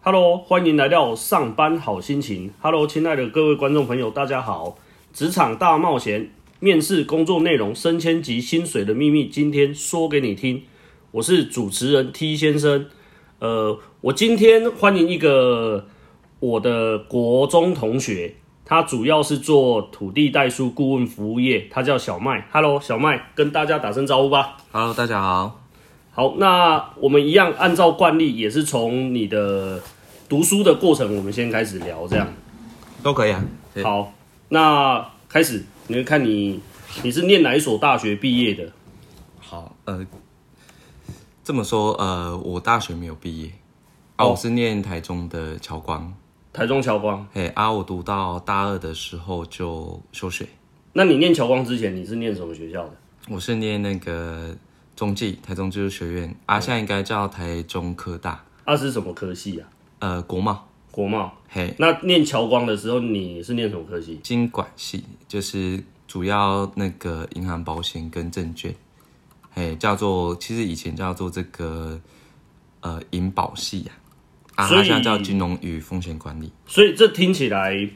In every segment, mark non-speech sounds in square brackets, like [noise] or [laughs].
Hello，欢迎来到上班好心情。Hello，亲爱的各位观众朋友，大家好！职场大冒险，面试、工作内容、升迁及薪水的秘密，今天说给你听。我是主持人 T 先生。呃，我今天欢迎一个我的国中同学，他主要是做土地代书顾问服务业，他叫小麦。Hello，小麦，跟大家打声招呼吧。 Hello，大家好。好，那我们一样按照惯例，也是从你的读书的过程，我们先开始聊。这样都可以啊。对好，那开始，你看你你是念哪一所大学毕业的？好，呃，这么说，呃，我大学没有毕业，啊，哦我是念台中的侨光，台中侨光。嘿，啊，我读到大二的时候就休学，那你念侨光之前，你是念什么学校的？我是念那个中技台中技术学院，啊，现在应该叫台中科大，啊，是什么科系啊？呃，国贸，国贸。嘿，那念侨光的时候，你是念什么科系？啊经管系就是主要那个银行、保险跟证券，嘿，叫做其实以前叫做这个呃银保系呀、啊，啊，所以它现在叫金融与风险管理。所以这听起来，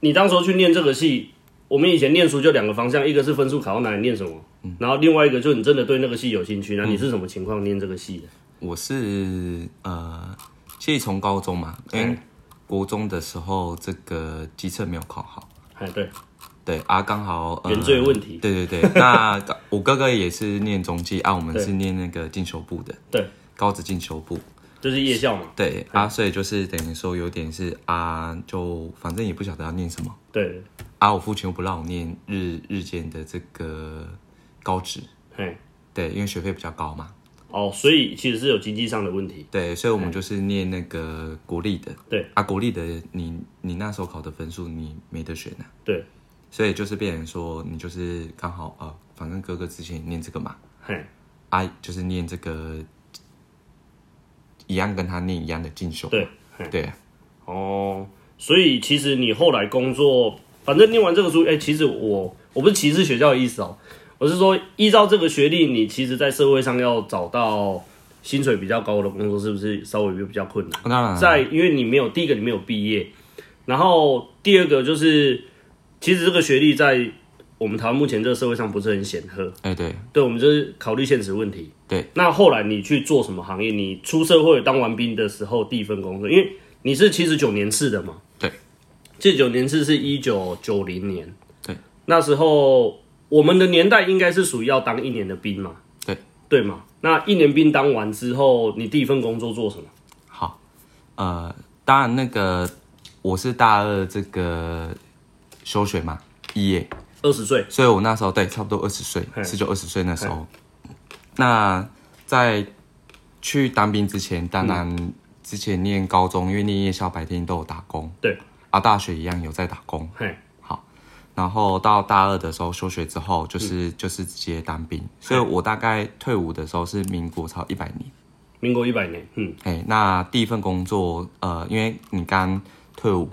你当时候去念这个系，我们以前念书就两个方向，一个是分数考到哪里念什么，然后另外一个就是你真的对那个系有兴趣，那你是什么情况念这个系的？我是呃，其实从高中嘛，因为国中的时候这个机测没有考好，哎，对，对啊，刚好、呃、原罪问题，[laughs] 对对对，那我哥哥也是念中技啊，我们对是念那个进修部的，对，高职进修部。就是夜校嘛，对啊，所以就是等于说有点是啊，就反正也不晓得要念什么对，啊，我父亲又不让我念日日间的这个高职，哎，对，因为学费比较高嘛，哦，所以其实是有经济上的问题，对，所以我们就是念那个国立的，对啊，国立的你你那时候考的分数你没得选啊，对，所以就是变成说你就是刚好啊，反正哥哥之前也念这个嘛，嘿，啊，就是念这个一样跟他念一样的进修，对，嘿，对啊，哦，所以其实你后来工作，反正念完这个书，哎、其实我我不是歧视学校的意思哦，我是说依照这个学历，你其实在社会上要找到薪水比较高的工作，是不是稍微比较困难？当然啊在因为你没有第一个你没有毕业，然后第二个就是，其实这个学历在我们台湾目前这个社会上不是很显赫，哎、对，对我们就是考虑现实问题。对，那后来你去做什么行业？你出社会当完兵的时候第一份工作，因为你是七十九年次的嘛，对，七十九年次是一九九零年，对，那时候我们的年代应该是属于要当一年的兵嘛，对，对嘛？那一年兵当完之后，你第一份工作做什么？好，呃，当然那个我是大二这个休学嘛，毕业，二十岁，所以我那时候对，差不多二十岁，十九二十岁那时候。那在去当兵之前，当嗯然之前念高中，因为念夜校白天都有打工，对，啊，大学一样有在打工。嘿，然后到大二的时候休学之后，嗯就是、就是直接当兵，所以我大概退伍的时候是民国超一百年。民国一百年，嗯，哎、那第一份工作，呃，因为你刚退伍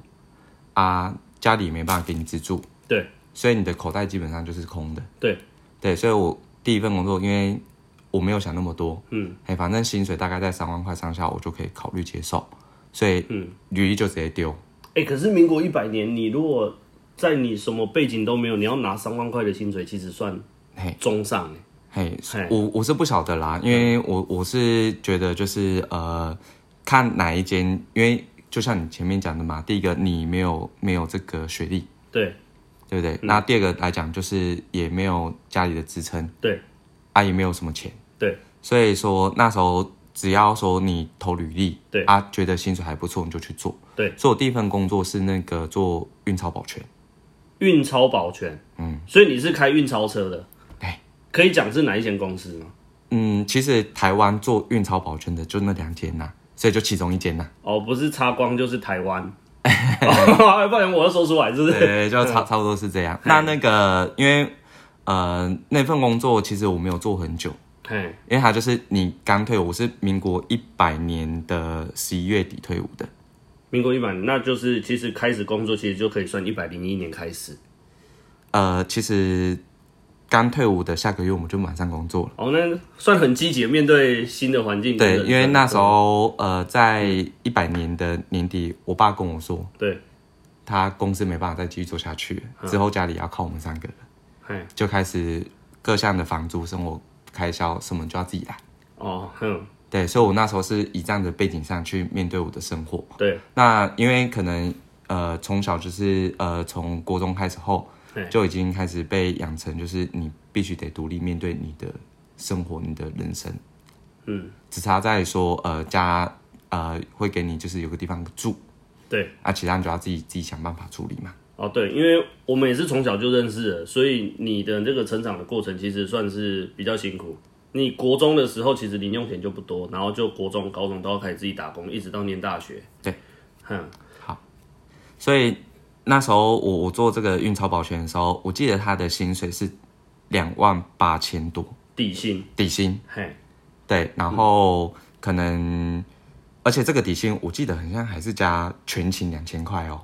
啊，家里没办法给你资助，对，所以你的口袋基本上就是空的。对，对，所以我第一份工作，因为我没有想那么多，嗯，哎、反正薪水大概在三万块上下，我就可以考虑接受，所以嗯履历就直接丢。哎、可是民国一百年，你如果在你什么背景都没有，你要拿三万块的薪水，其实算嘿中上、欸。嘿嘿，嗯我我是不晓得啦，因为我我是觉得就是呃，看哪一间，因为就像你前面讲的嘛，第一个你没有没有这个学历，对嗯对不对？那第二个来讲，就是也没有家里的支撑，对啊，也没有什么钱，对，所以说那时候只要说你投履历，对啊，觉得薪水还不错，你就去做，对。所以我第一份工作是那个做运钞保全，运钞保全，嗯，所以你是开运钞车的，对，可以讲是哪一间公司吗？嗯，其实台湾做运钞保全的就那两间呐、所以就其中一间呐、哦，不是插光就是台 [laughs] 湾，哦不然我要说出来是不是？对，就差差不多是这样。那那个因为呃那份工作其实我没有做很久，嘿，因为它就是你刚退伍，我是民国一百年的十一月底退伍的。民国一百，那就是其实开始工作，其实就可以算一百零一年开始，呃，其实刚退伍的下个月我们就马上工作了。哦，那算很积极地面对新的环境。对，跟人因为生那时候呃，在一百年的年底，我爸跟我说，对，他公司没办法再继续做下去了，之后家里要靠我们三个人，哎，就开始各项的房租、生活开销什么就要自己来。哦，哼，对，所以我那时候是以这样的背景上去面对我的生活。对，那因为可能呃从小就是呃从国中开始后对，就已经开始被养成，就是你必须得独立面对你的生活、你的人生。嗯，只差在说呃家呃会给你就是有个地方住，对，啊，其他你就要自己自己想办法处理嘛。哦，对，因为我们也是从小就认识了，所以你的这个成长的过程其实算是比较辛苦。你国中的时候其实零用钱就不多，然后就国中、高中都要开始自己打工，一直到念大学。对，哼，所以那时候我我做这个运钞保全的时候，我记得他的薪水是两万八千多底薪，底薪，嘿，对，然后可能。而且这个底薪我记得很像还是加全勤两千块哦，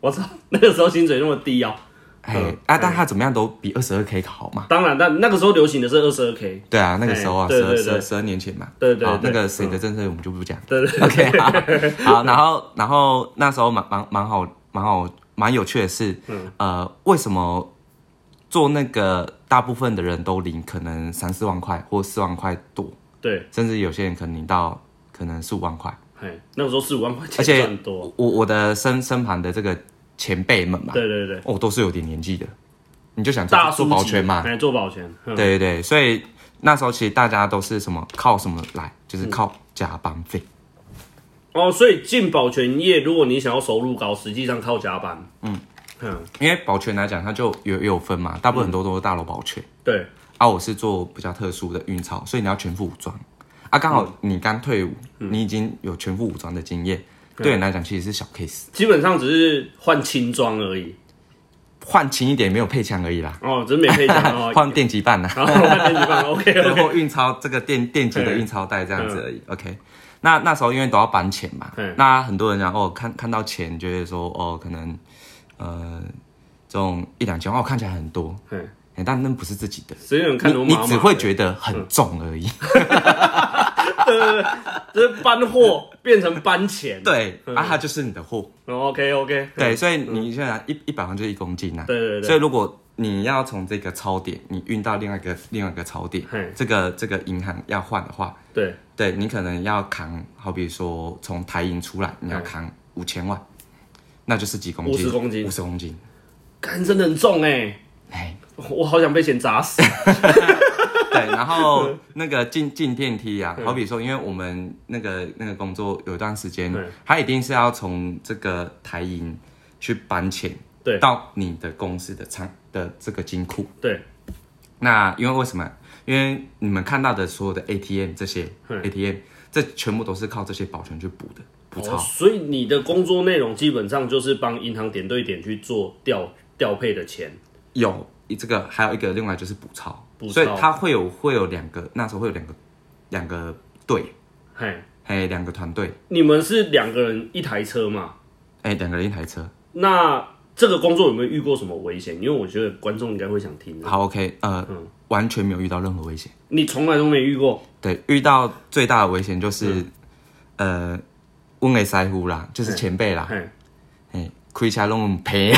我操， [laughs] 那个时候薪水那么低哦。哎、嗯啊，但他怎么样都比二十二 K 好嘛。当然，但那个时候流行的是二十二 k，对啊，那个时候啊，对十对二对十二十二年前嘛。对对好对那个谁的政策我们就不讲。对对 OK，好，好，然后然后那时候蛮蛮蛮好蛮好蛮有趣的是，嗯呃，为什么做那个大部分的人都领可能三四万块或四万块多， [laughs] 对，甚至有些人可能领到可能四五万块，嘿，那个时候四五万块而钱且赚多，我我的身身旁的这个前辈们嘛，对对对，哦，都是有点年纪的，你就想做大做叔保级全嘛，哎，做保全，哼，对对对，所以那时候其实大家都是什么靠什么来，就是嗯靠加班费。哦，所以进保全业，如果你想要收入高，实际上靠加班，嗯嗯，因为保全来讲，它就有也有分嘛，大部分很多都是大楼保全、对，啊。我是做比较特殊的运钞，所以你要全副武装啊。刚好嗯你刚退伍，你已经有全副武装的经验，对你来讲其实是小 case，基本上只是换轻装而已，换轻一点没有配枪而已啦，哦，只是没配枪 [laughs] 哦，换电击啊棒啦。然后换电击棒，OK 对， OK，或运钞这个电电极的运钞袋这样子而已。OK，那那时候因为都要搬钱嘛嗯，那很多人讲哦，看看到钱就会说哦，可能呃这种一两千万、哦、看起来很多，嗯，哎但那不是自己的，所以有人看你得我你麻麻只会觉得嗯很重而已。这是搬货变成搬钱，哦 [laughs] 对，啊，它就是你的货。 ，OK OK，对，所以你现在一一百万就是一公斤呐、啊。嗯对对对所以如果你要从这个超点，你运到另外一个另外一个超点嘿，这个这个银行要换的话，对，对你可能要扛，好比说从台银出来，你要扛五千万，那就是几公斤？ 50公斤五十公斤。干真的很重哎，哎，我好想被钱砸死，对，然后那个进进电梯啊，好比说，因为我们那个那个工作有一段时间嗯，它一定是要从这个台银去搬钱，对到你的公司的仓的这个金库。对，那因为为什么？因为你们看到的所有的 ATM 这些嗯 ATM，这全部都是靠这些保全去补的补哦，钞。所以你的工作内容基本上就是帮银行点对点去做调调配的钱，有一这个，还有一个另外就是补钞补，钞所以它会有会有两个，那时候会有两个两个队，嘿，还有两个团队，你们是两个人一台车嘛？哎，两个人一台车。那这个工作有没有遇过什么危险？因为我觉得观众应该会想听的。好，OK，呃，嗯完全没有遇到任何危险。你从来都没遇过，对，遇到最大的危险就是，呃，问给师傅啦，就是前辈啦，嗯嘿，哎，开车弄赔。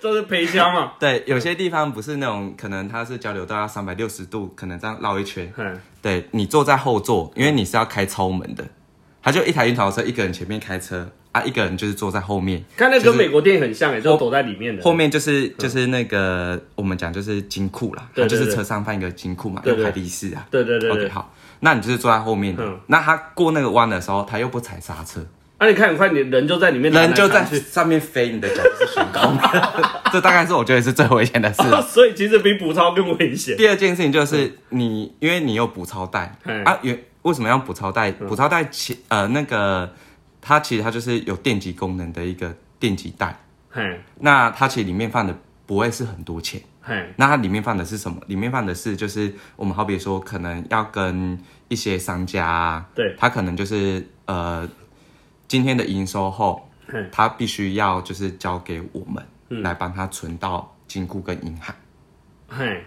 这是赔枪嘛？ [laughs] 对，有些地方不是那种，可能它是交流道要三百六十度，可能这样绕一圈。嘿，对你坐在后座，嗯因为你是要开超门的，他就一台运钞车，一个人前面开车啊，一个人就是坐在后面，看那就跟是美国电影很像哎，就躲在里面的。后面就是就是那个我们讲就是金库啦，嗯对对它就是对车上放一个金库嘛，对有对排力士啊。对对对 OK，对，好，那你就是坐在后面嗯的，那他过那个弯的时候，他又不踩刹车，啊，你看很快，你人就在里面，人就在弹来弹去上面飞，你的脚就是悬空的， [laughs] 这大概是我觉得是最危险的事啊。所以其实比补钞更危险。第二件事情就是你，因为你有补钞袋嗯啊，原为什么要补钞袋？补钞袋其呃那个它其实它就是有电极功能的一个电极袋，嘿，那它其实里面放的不会是很多钱，嘿，那它里面放的是什么？里面放的是就是我们好比说可能要跟一些商家啊，对他可能就是呃今天的营收后嗯，他必须要就是交给我们来帮他存到金库跟银行。嘿，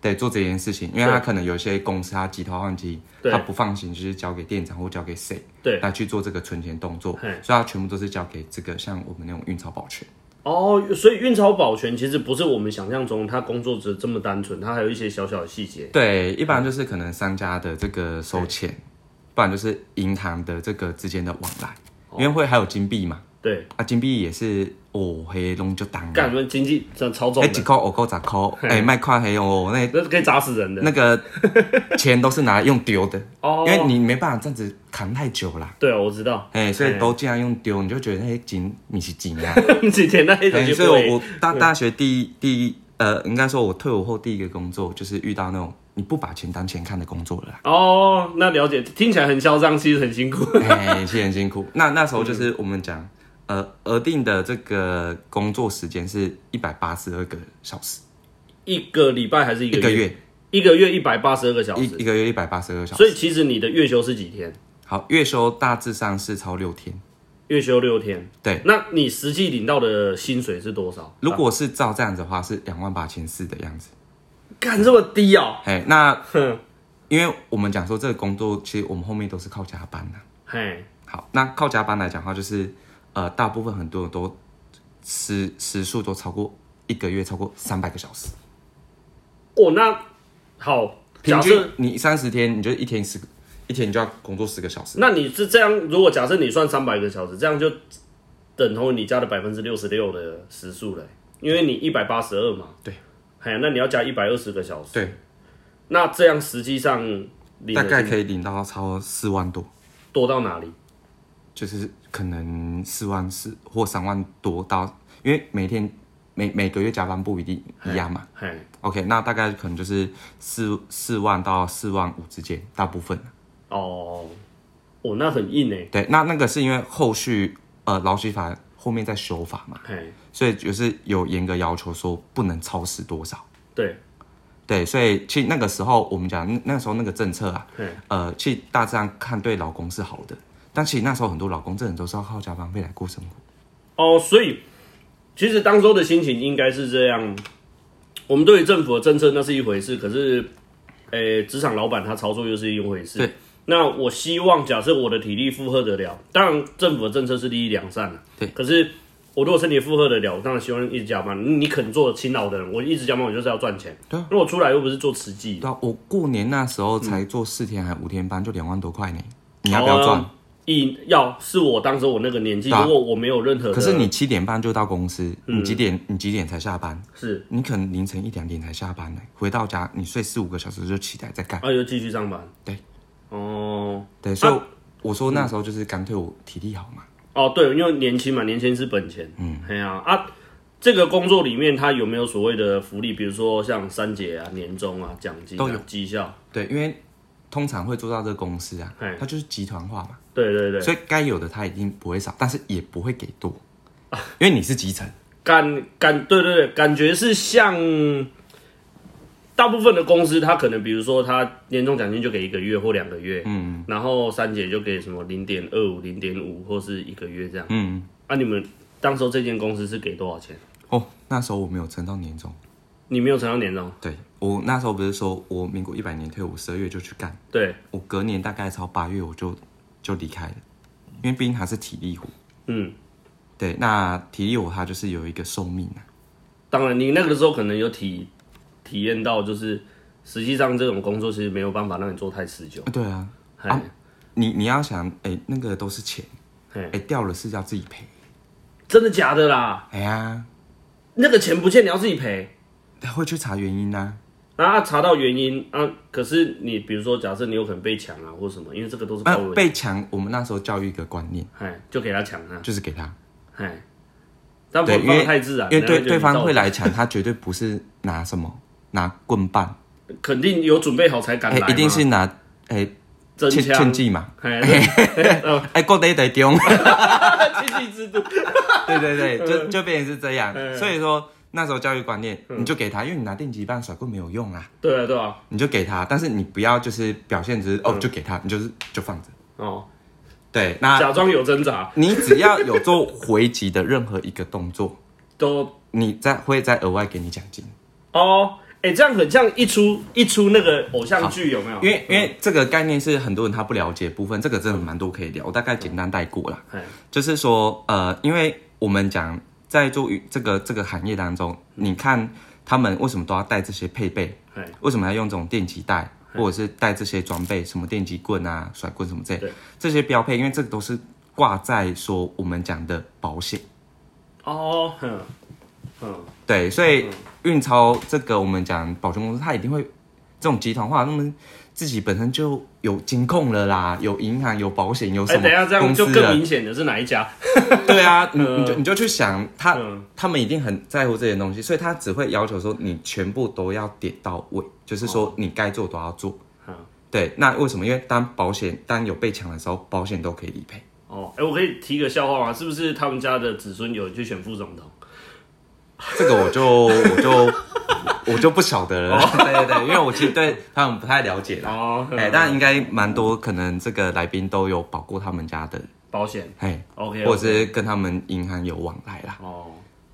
对，做这件事情，因为他可能有些公司他急投换机，对他不放心，就是交给店长或交给谁，对来去做这个存钱动作，嘿所以他全部都是交给这个像我们那种运钞保全，哦，所以运钞保全其实不是我们想象中他工作只这么单纯，他还有一些小小的细节。对，一般就是可能商家的这个收钱，不然就是银行的这个之间的往来，哦因为会还有金币嘛，对，啊，金币也是哦，黑龙就当干，你们经济真的超重哎，几的，块五块十块，哎，卖块黑哦，那那可以砸死人的。那个钱都是拿来用丢的，哦因，为你没办法这样子扛太久啦。对啊，我知道，哎、[laughs] 所以都尽量用丢，你就觉得那些金你是金啊。之前那一种哎、就所以会。我我大大学第一第一呃，应该说我退伍后第一个工作就是遇到那种你不把钱当钱看的工作了啦 [laughs] 哦，那了解，听起来很嚣张，其实很辛 [laughs] 苦。哎、是很辛苦。那那时候就是我们讲，呃，额定的这个工作时间是一百八十二个小时，一个礼拜还是一一个个月？月一个月一百八十二个小一时，一个月一百八十二个小时。所以其实你的月休是几天？好，月休大致上是超六天。月休六天。对，那你实际领到的薪水是多少？如果是照这样子的话，是两万八千四的样子。干这么低哦、哎、那哼，因为我们讲说这个工作，其实我们后面都是靠加班的、嘿，好，那靠加班来讲的话，就是呃，大部分很多人都时时数都超过一个月超过三百个小时，哦，那好，平假均设你三十天，你就一天十一天你就要工作十个小时。那你是这样，如果假设你算三百个小时，这样就等同于你加的百分之六十六的时数嘞、因为你一百八十二嘛。对。嘿，那你要加一百二十个小时。对，那这样实际上领大的概薪可以领到超过四万多，多到哪里？就是可能四万四或三万多到，因为每天每每个月加班不一定一样嘛。嘿， OK，那大概可能就是四四万到四万五之间，大部分。哦，哦，那很硬诶、对，那那个是因为后续呃劳基法后面在修法嘛，嘿，所以就是有严格要求说不能超时多少。对，对，所以其实那个时候我们讲那那时候那个政策啊，嘿，呃，其实大致上看对劳工是好的，但其实那时候很多劳工真的都是要靠加班费来过生活。哦，所以其实当时候的心情应该是这样。我们对于政府的政策那是一回事，可是，诶、职场老板他操作又是一回事。对。那我希望，假设我的体力负荷得了，当然政府的政策是利益良善的。对可是我如果身体负荷得了，我当然希望一直加班。你你肯做勤劳的人，我一直加班，我就是要赚钱。对啊如果出来又不是做慈济的，对啊，我过年那时候才做四天还五天班，就两万多块呢，你要不要赚？哦一要是我当时我那个年纪，对啊如果我没有任何的，可是你七点半就到公司，你几点你几点才下班？是你可能凌晨一两点才下班呢，回到家你睡四五个小时就起来再干。啊，又继续上班。对。哦对，所以我说那时候就是干脆我体力好嘛，哦，对，因为年轻嘛，年轻是本钱。嗯，哎呀啊这个工作里面它有没有所谓的福利？比如说像三节啊、年终啊、奖金、啊、都有绩效。对，因为通常会做到这个公司啊嘿，它就是集团化嘛，对对对，所以该有的它一定不会少，但是也不会给 [laughs] 多，因为你是基层，感感对对对，感觉是像大部分的公司，它可能比如说它年终奖金就给一个月或两个月，嗯，然后三节就给什么零点二五、零点五或是一个月这样，嗯，啊，你们当时候这间公司是给多少钱？哦，那时候我没有撑到年终，你没有存到年终，对我那时候不是说我民国一百年退伍，十二月就去干，对，我隔年大概超八月我就就离开了，因为毕竟还是体力活，嗯，对，那体力活它就是有一个寿命啊，当然你那个时候可能有体体验到，就是实际上这种工作其实没有办法让你做太持久，哎对啊，嘿你你要想，哎、那个都是钱，嘿哎、掉了是要自己赔，真的假的啦？哎呀。那个钱不见你要自己赔。会去查原因啊。然后查到原因啊，可是你比如说，假设你有可能被抢啊，或什么，因为这个都是高那危，啊被抢，我们那时候教育一个观念，哎，就给他抢啊，就是给他，哎，但不对，能因放为得太自然，啊因为对那样就对方会造来抢，他绝对不是拿什么拿棍棒，成，肯定有准备好才敢哎来嘛，，一定是拿哎真欠枪欠，技嘛，哎， [laughs] 对呃哎，够得得丢，经济制度， [laughs] 对对嗯对，就就变成是这样。所以说那时候教育观念，嗯你就给他，因为你拿电击棒甩棍没有用啊，对啊对啊，你就给他，但是你不要就是表现只是嗯哦就给他，你就是就放着。哦，对，那假装有挣扎你只要有做回击的任何一个动作，都你再会再额外给你奖金。哦，哎、这样很像一出一出那个偶像剧，有没有？因为因为这个概念是很多人他不了解的部分，这个真的蛮多可以聊，我大概简单带过啦。哎就是说，呃，因为我们讲在做娱这个这个行业当中，你看他们为什么都要带这些配备嘿？为什么要用这种电极带，或者是带这些装备，什么电击棍啊、甩棍什么之类对，这些标配，因为这个都是挂在说我们讲的保险。哦，哼，嗯，对，所以运钞这个我们讲保全公司，它一定会这种集团化，他们自己本身就有金控了啦，有银行、有保险、有哎、什么等一下这样公司就更 [laughs] 了。明显的是哪一家？对啊，你你就你就去想，他嗯他们一定很在乎这些东西，所以他只会要求说你全部都要点到位，就是说你该做都要做哦嗯。对，那为什么？因为当保险当有被抢的时候，保险都可以理赔。哦，哎、我可以提个笑话吗？是不是他们家的子孙有人去选副总统？这个我就我就我就不晓得了。 [laughs] 对对对，因为我其实对他们不太了解啦。哦，哼哎、但应该蛮多，可能这个来宾都有保过他们家的，保险哎、 ，OK，或者是跟他们银行有往来啦。哦。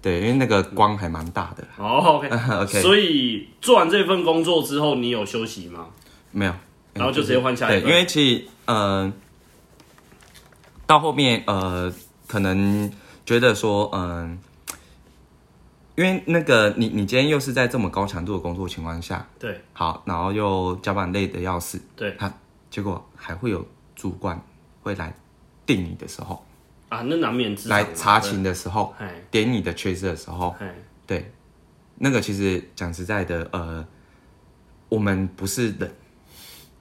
对，因为那个光还蛮大的。 [laughs] 哦，OK，, 啊 OK 所以做完这份工作之后，你有休息吗？没有，然后就直接换下一嗯对，份。因为其实呃，到后面呃，可能觉得说，嗯、因为那个你你今天又是在这么高强度的工作情况下，对好，然后又加班累得要死，对啊，结果还会有主管会来定你的时候，啊，那难免职场来嘛查。勤的时候对。哎点你的缺失的时候，哎，对，那个其实讲实在的，呃，我们不是人，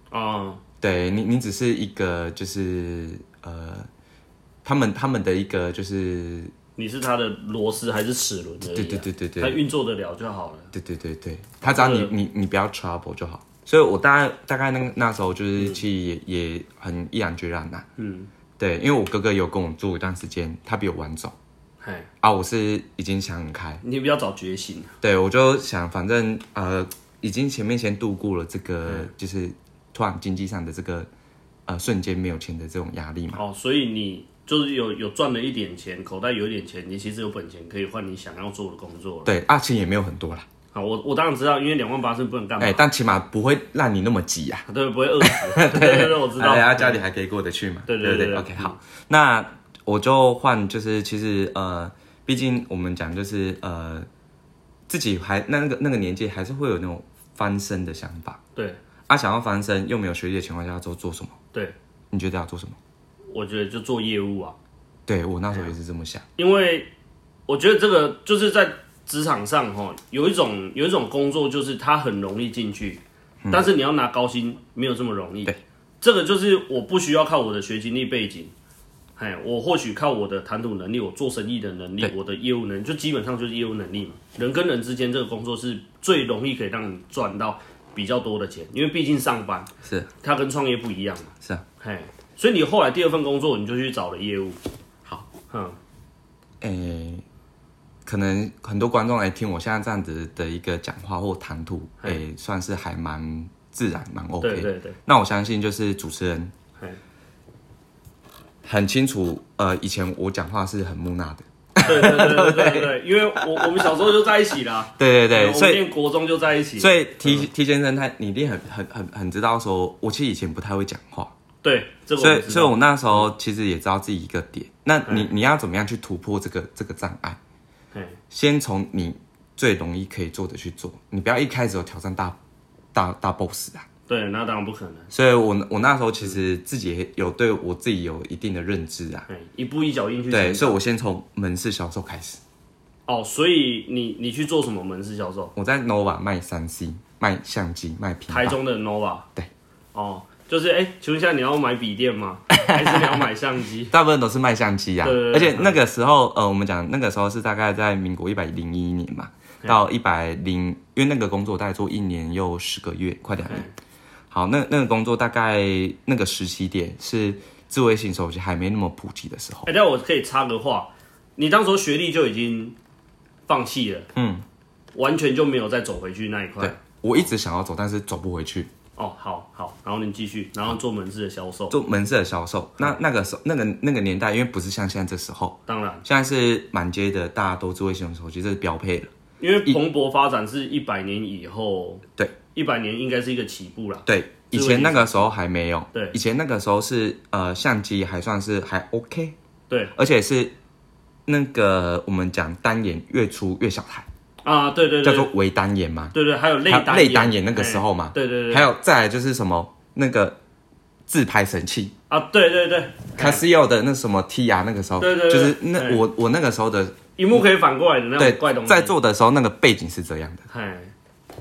哦，对你，你只是一个就是呃，他们他们的一个就是你是他的螺丝还是齿轮而已啊？对对对对他对运作得了就好了。对对对对，他只要你你你不要 trouble 就好。所以我大概大概那个那时候就是其实也、也很毅然决然呐、嗯，对，因为我哥哥有跟我住一段时间，他比我晚走哎，啊，我是已经想很开。你比较早觉醒。啊对，我就想，反正呃，已经前面先度过了这个，嗯就是突然经济上的这个呃瞬间没有钱的这种压力嘛。哦，所以你就是有有赚了一点钱，口袋有一点钱，你其实有本钱可以换你想要做的工作了。对，啊，钱也没有很多啦，啊，我我当然知道，因为两万八是不能干嘛哎、，但起码不会让你那么急啊。对，不会饿死。对对对，我知道哎。呀，家里还可以过得去嘛。对对对对不对 OK，好，那我就换，就是其实呃，毕竟我们讲就是呃，自己还那那个那个年纪还是会有那种翻身的想法对啊，想要翻身又没有学历的情况下，都做什么？对，你觉得要做什么？我觉得就做业务啊。对我那时候也是这么想。因为我觉得这个就是在职场上哈，有一种有一种工作就是它很容易进去，但是你要拿高薪没有这么容易。嗯对，这个就是我不需要靠我的学经历背景，哎，我或许靠我的谈吐能力、我做生意的能力对、我的业务能力，就基本上就是业务能力嘛。人跟人之间这个工作是最容易可以让你赚到比较多的钱，因为毕竟上班是它跟创业不一样嘛。是啊，嘿，所以你后来第二份工作你就去找了业务。好，嗯，诶、可能很多观众来听我现在这样子的一个讲话或谈吐，嘿诶、算是还蛮自然，蛮 OK 对对对。那我相信就是主持人嘿很清楚，呃，以前我讲话是很木讷的，对对对对对对，因为我我们小时候就在一起啦， [laughs] 对对我对，们嗯所以念国中就在一起，所以 T T 先生他你一定很很很很知道说，我其实以前不太会讲话，对，这个所我以知所以道我那时候其实也知道自己一个点，那你你要怎么样去突破这个这个障碍？嘿先从你最容易可以做的去做，你不要一开始就挑战大大大 boss 啊。对，那当然不可能，所以我我那时候其实自己也有对我自己有一定的认知啊，哎，一步一脚印去对，前所以我先从门市销售开始，哦，所以你你去做什么门市销售？我在 nova 卖三 C、卖相机、卖平台板，中的 nova，嗯啊对，哦，就是哎，请问一下你要买笔电 [laughs] 吗？还是你要买相机？大部分都是卖相机啊对对。对而且那个时候，呃，我们讲那个时候是大概在民国一百零一年嘛，到一百零，因为那个工作大概做一年又十个月，快两年。好，那那个工作大概那个时期点是智慧型手机还没那么普及的时候。哎，但我可以插个话，你当时候学历就已经放弃了，嗯，完全就没有再走回去那一块对。，我一直想要走，但是走不回去。哦，好好，然后你继续，然后做门市的销售，做门市的销售，那那个时候那个那个年代，因为不是像现在这时候，当然，现在是满街的大家都智慧型手机，这是标配了。因为蓬勃发展是一百年以后，对，一百年应该是一个起步啦。对，以前那个时候还没有，对以前那个时候是呃相机还算是还 OK，对而且是那个我们讲单眼越粗越小台，啊，对对叫对，做微单眼嘛，对对，还有类还有单类单眼那个时候嘛哎对对对，还有再来就是什么那个自拍神器，啊，对对对，卡西欧的那什么 T 啊，那个时候，对对对就是那对我我那个时候的荧幕可以反过来的那对种怪东西，在做的时候，那个背景是这样的。哎，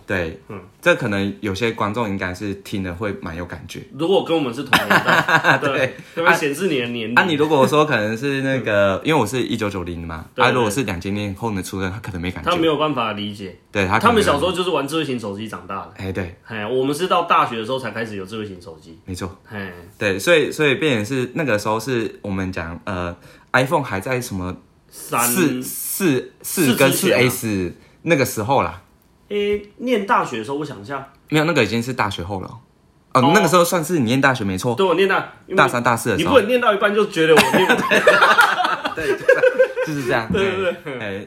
对，嗯这可能有些观众应该是听了会蛮有感觉。如果跟我们是同年 [laughs] 代，对，就会显示你的年龄。啊，你如果说可能是那个，因为我是一九九零的嘛，嗯对啊，对如果是两千年后的出生，他可能没感觉。他没有办法理解，对啊他可能他们没有小时候就是玩智慧型手机长大的。哎，对，哎，我们是到大学的时候才开始有智慧型手机。没错，哎，对，所以所以变成是那个时候是我们讲呃，iPhone 还在什么三四四四四之跟四前啊 S 那个时候啦，诶，念大学的时候，我想一下，没有那个已经是大学后了哦。哦哦，那个时候算是你念大学没错，对我念大因为哦大三大四的你时不候能念到一半就觉得我念不对， [laughs] 就是这样。对对对。哎，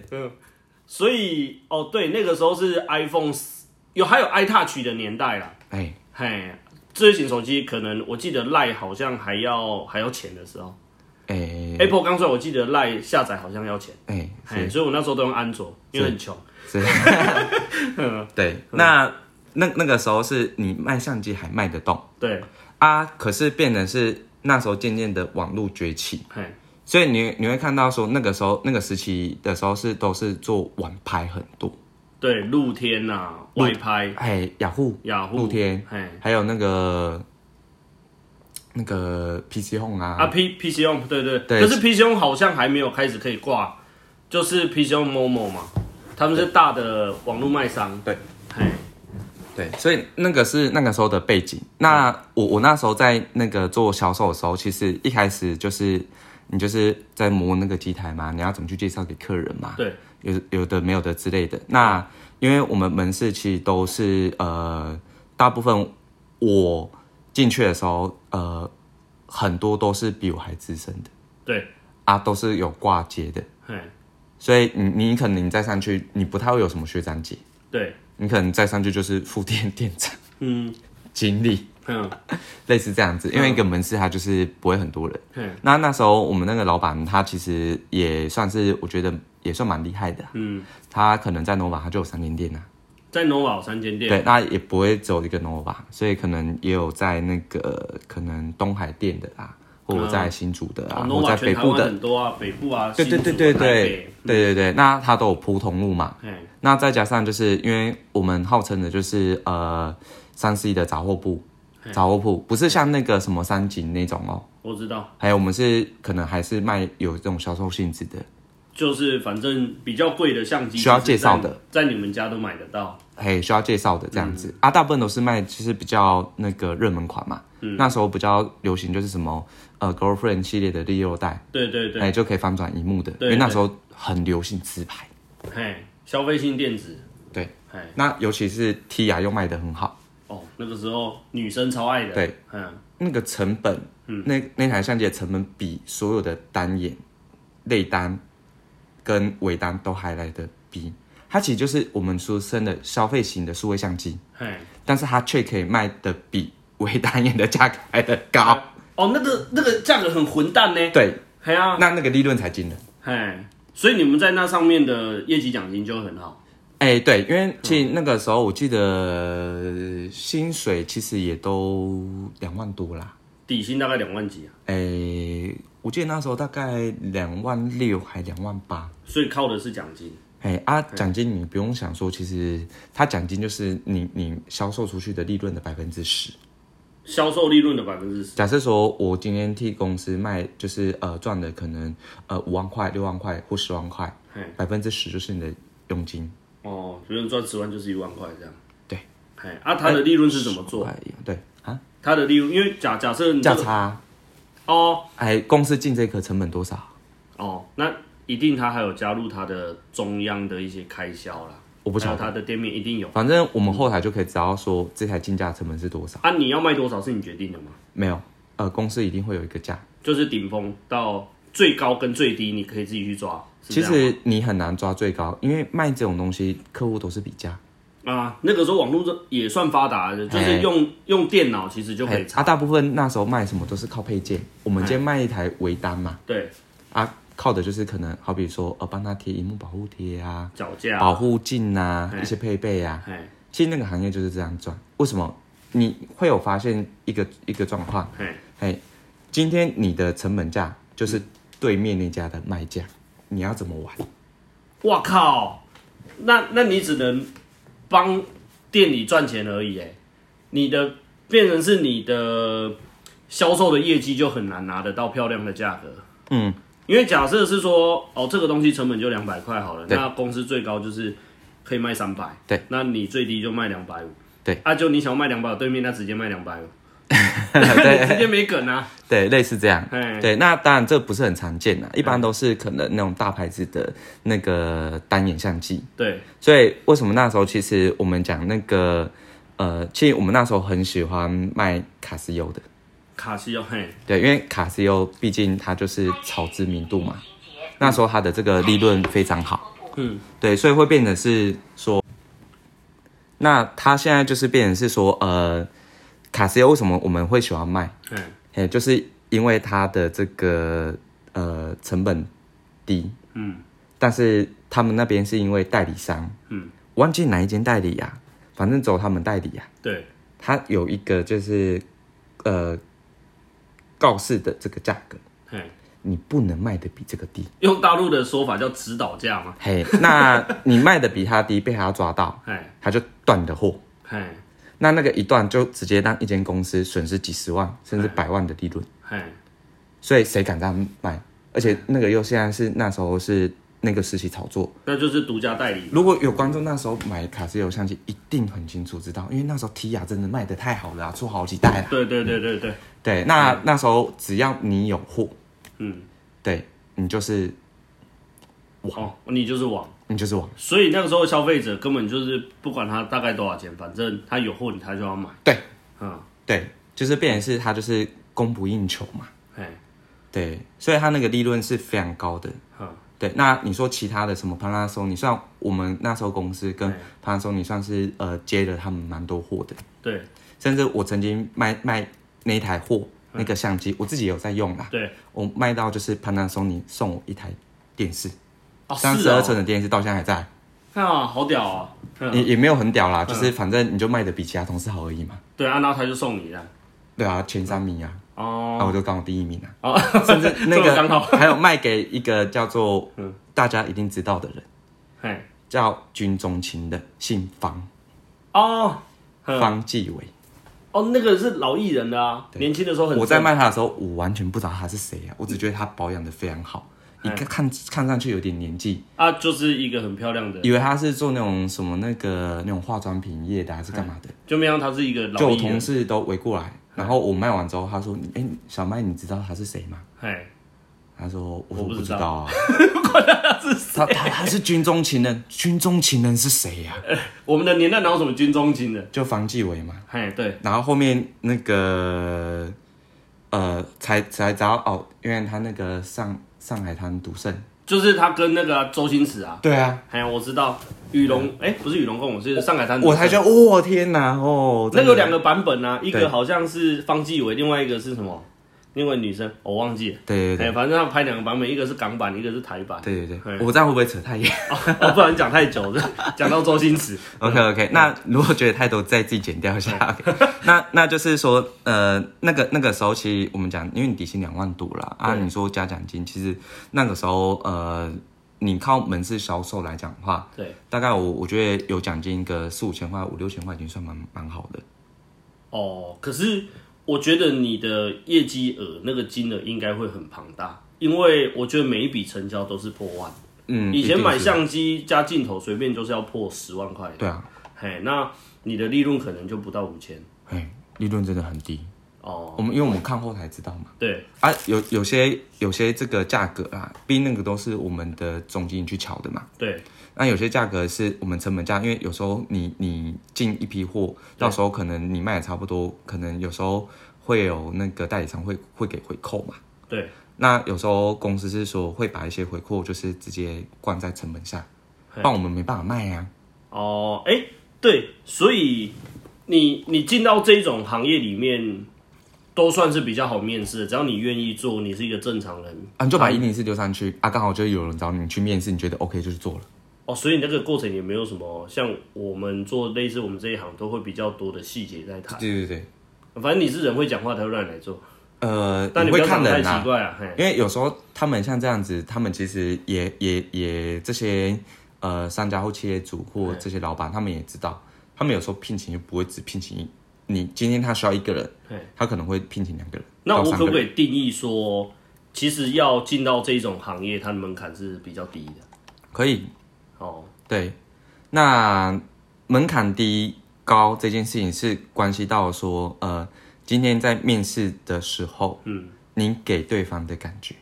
所以哦，对，那个时候是 iPhone 4有还有 iTouch 的年代啦。哎，嘿，智慧型手机可能我记得赖好像还要还要钱的时候、哎， a p p l e 刚出来，我记得赖下载好像要钱。哎，嘿，是所以我那时候都用安卓，因为很穷。是，嗯对，那那那个时候是你卖相机还卖得动对，啊，可是变成是那时候渐渐的网络崛起，嘿，所以你你会看到说那个时候那个时期的时候是都是做网拍很多，对，露天呐、啊，外拍、哎，雅虎、雅虎、露天，嘿，还有那个那个 PC Home 啊啊， P P C 用，对对，对可是 P C 用好像还没有开始可以挂，就是 P C 用 Momo 嘛，他们是大的网络卖商。对，嘿，对，所以那个是那个时候的背景。那我我那时候在那个做销售的时候，其实一开始就是你就是在磨那个机台嘛，你要怎么去介绍给客人嘛，对，有有的没有的之类的。那因为我们门市其实都是呃，大部分我进去的时候，呃，很多都是比我还资深的对，啊，都是有挂接的，嘿，所以你你可能你再上去，你不太会有什么学长姐，对，你可能再上去就是副店 [laughs] 店长、嗯经理。嗯类似这样子，因为一个门市它就是不会很多人。嗯那那时候我们那个老板他其实也算是，我觉得也算蛮厉害的啊、嗯，他可能在 nova 他就有三间店呐、啊，在 nova 有三间店，对，那也不会只有一个 nova，所以可能也有在那个可能东海店的啊，或者在新竹的啊，哦，nova 或者在北全台部湾的，很多啊，北部啊，对对对对新竹啊对台对对对，那他都有铺通路嘛。北嘿，那再加上就是因为我们号称的就是呃三 C 的杂货铺，杂货铺不是像那个什么三井那种哦，我知道，还有我们是可能还是卖有这种销售性质的，就是反正比较贵的相机需要介绍就的，是在在你们家都买得到，嘿，需要介绍的这样嗯子、啊，大部分都是卖就是比较那个热门款嘛，嗯那时候比较流行就是什么呃 girlfriend 系列的利肉袋，对对对，哎，就可以翻转荧幕的，对因为那时候很流行自拍，嘿，消费性电子，对，嘿，那尤其是 T 牙又卖的很好，哦，那个时候女生超爱的，对，嗯，那个成本，那那台相机的成本比所有的单眼、内单跟尾单都还来的低，它其实就是我们俗称的消费型的数位相机。嘿。但是它却可以卖的比 [laughs] 微单眼的价格还的高。哦，那个那个价格很混蛋呢。对，嘿啊，那那个利润才惊人。嘿，所以你们在那上面的业绩奖金就很好。哎、对，因为其实那个时候我记得薪水其实也都两万多啦。底薪大概两万几啊，哎、我记得那时候大概两万六还两万八。所以靠的是奖金。哎、啊，奖金你不用想说，其实它奖金就是你你销售出去的利润的百分之十。销售利润的百分之十，假设说我今天替公司卖，就是呃赚的可能呃五万块、六万块或十万块嘿，百分之十就是你的佣金。哦，比如赚十万就是一万块这样。对，嘿，啊，它的利润是怎么做？哎对啊，它的利润，因为假假设你这价个差，啊哦哎，公司进这个成本多少？哦，那一定它还有加入它的中央的一些开销啦，我不还晓有得，它的店面一定有。反正我们后台就可以知道说这台进价成本是多少。啊，你要卖多少是你决定的吗？没有，呃，公司一定会有一个价，就是顶峰到最高跟最低你可以自己去抓。是其这样吗实你很难抓最高，因为卖这种东西，客户都是比价，啊，那个时候网络也算发达的，就是哎用用电脑其实就可以嘿查。哎啊，大部分那时候卖什么都是靠配件。我们今天卖一台微单嘛，对，啊，靠的就是可能好比说，呃，帮他贴荧幕保护贴啊、脚架，保护镜啊、嘿一些配备啊。哎其实那个行业就是这样赚。为什么你会有发现一个一个状况？哎，嘿，今天你的成本价就是对面那家的卖价，你要怎么玩？哇靠，那那你只能帮店里赚钱而已，哎，你的变成是你的销售的业绩就很难拿得到漂亮的价格。嗯，因为假设是说，哦，这个东西成本就两百块好了，对那公司最高就是可以卖三百，对，那你最低就卖两百五，对，啊，就你想要卖两百，对面他直接卖两百五， [laughs] 你直 [laughs] 对接没梗啊，对，类似这样。哎，对，那当然这不是很常见啊啦，一般都是可能那种大牌子的那个单眼相机。对，所以为什么那时候其实我们讲那个呃，其实我们那时候很喜欢卖卡西欧的，卡西欧，哦嘿，对，因为卡西欧毕竟它就是炒知名度嘛，那时候它的这个利润非常好。嗯，对，所以会变成是说，那它现在就是变成是说，呃，卡西欧为什么我们会喜欢卖？哎，哎，就是因为它的这个呃成本低，嗯，但是他们那边是因为代理商，嗯，忘记哪一间代理呀、反正走他们代理呀、对，它有一个就是呃告示的这个价格，嘿，你不能卖的比这个低。用大陆的说法叫指导价嘛，嘿，那你卖的比他低，被他抓到，嘿，他就断你的货。嘿，那那个一段就直接让一间公司损失几十万甚至百万的利润，嘿，所以谁敢这样卖？而且那个又现在是那时候是那个时期炒作，那就是独家代理，如果有观众那时候买卡西欧相机，一定很清楚知道，因为那时候提亚真的卖的太好了、啊，出好几代了。对对对对对，对，那那时候只要你有货，嗯，对你就是哦，你就是网。你就是王，所以那个时候消费者根本就是不管他大概多少钱，反正他有货你他就要买。对，嗯，对，就是变成是它就是供不应求嘛，哎，对，所以它那个利润是非常高的。嗯，对，那你说其他的什么 Panasonic，算我们那时候公司跟对 Panasonic 算是呃接了他们蛮多货的，对甚至我曾经卖卖那一台货那个相机，我自己有在用啦，嗯对，我卖到就是 Panasonic 送我一台电视，哦，三是十二哦，寸的电视到现在还在，看啊，好屌哦。嗯，也也没有很屌啦，就是反正你就卖的比其他同事好而已嘛。对啊，然后他就送你了。对啊，前三名啊，哦，那、我就刚好第一名啊，哦，甚至 [laughs] 那这么刚个好嗯还有卖给一个叫做大家一定知道的人，嘿，叫军中情的，姓方，哦，嗯方继伟。哦，那个是老艺人的啊，年轻的时候很我在卖它的时候，我完全不知道他是谁啊，我只觉得他保养的非常好，嗯一看看看上去有点年纪，啊，就是一个很漂亮的，以为他是做那种什么那个那种化妆品业的还是干嘛的，就没想到他是一个就老我嗯艺同人。嗯事都围过来，然后我卖完之后，他说：“哎、小麦，你知道他是谁吗嘿，？”他说：“我我说不不知知道道啊。”他他他是军中情人，军中情人是谁呀、我们的年代哪有什么军中情的？就方继伟嘛。嘿，对，然后后面那个呃，才才知道哦，因为他那个上上海滩赌圣，就是他跟那个啊周星驰啊，对啊，嘿，我知道与龙，哎，不是与龙共舞，是上海滩的。我才觉得哇、天哪哦，那真个的有两个版本啊，一个对好像是方季韦，另外一个是什么？另外一个女生我忘记了。对对哎、对反正他拍两个版本，一个是港版，一个是台版。对对嘿对，我这样会不会扯太远 [laughs] 哦，不然讲太久了， [laughs] 讲到周星驰。 ？OK 嗯 OK，那如果觉得太多，再自己剪掉一下。OK 那那就是说，呃，那个那个时候，其实我们讲，因为你底薪两万多啦，啊，对你说加奖金，其实那个时候，呃，你靠门市销售来讲的话，对，大概我我觉得有奖金个四五千块、五六千块已经算蛮蛮好的。哦，可是我觉得你的业绩额那个金额应该会很庞大，因为我觉得每一笔成交都是破万。嗯以前买下相机加镜头，随便就是要破十万块。对啊，嘿，那你的利润可能就不到五千。哎，利润真的很低。哦，我们因为我们看后台知道嘛，对，啊，有有些有些这个价格啊，毕竟那个都是我们的总经理去瞧的嘛。对，那有些价格是我们成本价，因为有时候你你进一批货，到时候可能你卖的差不多，可能有时候会有那个代理商会会给回扣嘛。对，那有时候公司是说会把一些回扣就是直接灌在成本下，嘿不然我们没办法卖啊呀、哦，哎、对，所以你你进到这种行业里面，都算是比较好面试的，只要你愿意做，你是一个正常人啊，你就把一零四丢上去啊，刚好就有人找你去面试，你觉得 OK 就是做了。哦，所以你那个过程也没有什么像我们做类似我们这一行都会比较多的细节在谈，对对对，反正你是人会讲话，他会让你来做，呃，但你你不要会长看得太人奇啊，怪啊，嘿，因为有时候他们像这样子，他们其实也也也这些呃商家或企业主或这些老板，他们也知道，他们有时候聘请就不会只聘请一，你今天他需要一个人嘿，他可能会聘请两个人，那到我三可个不人可以定义说，其实要进到这种行业，它的门槛是比较低的？可以哦，对，那门槛低高这件事情是关系到说，呃，今天在面试的时候，嗯，你给对方的感觉，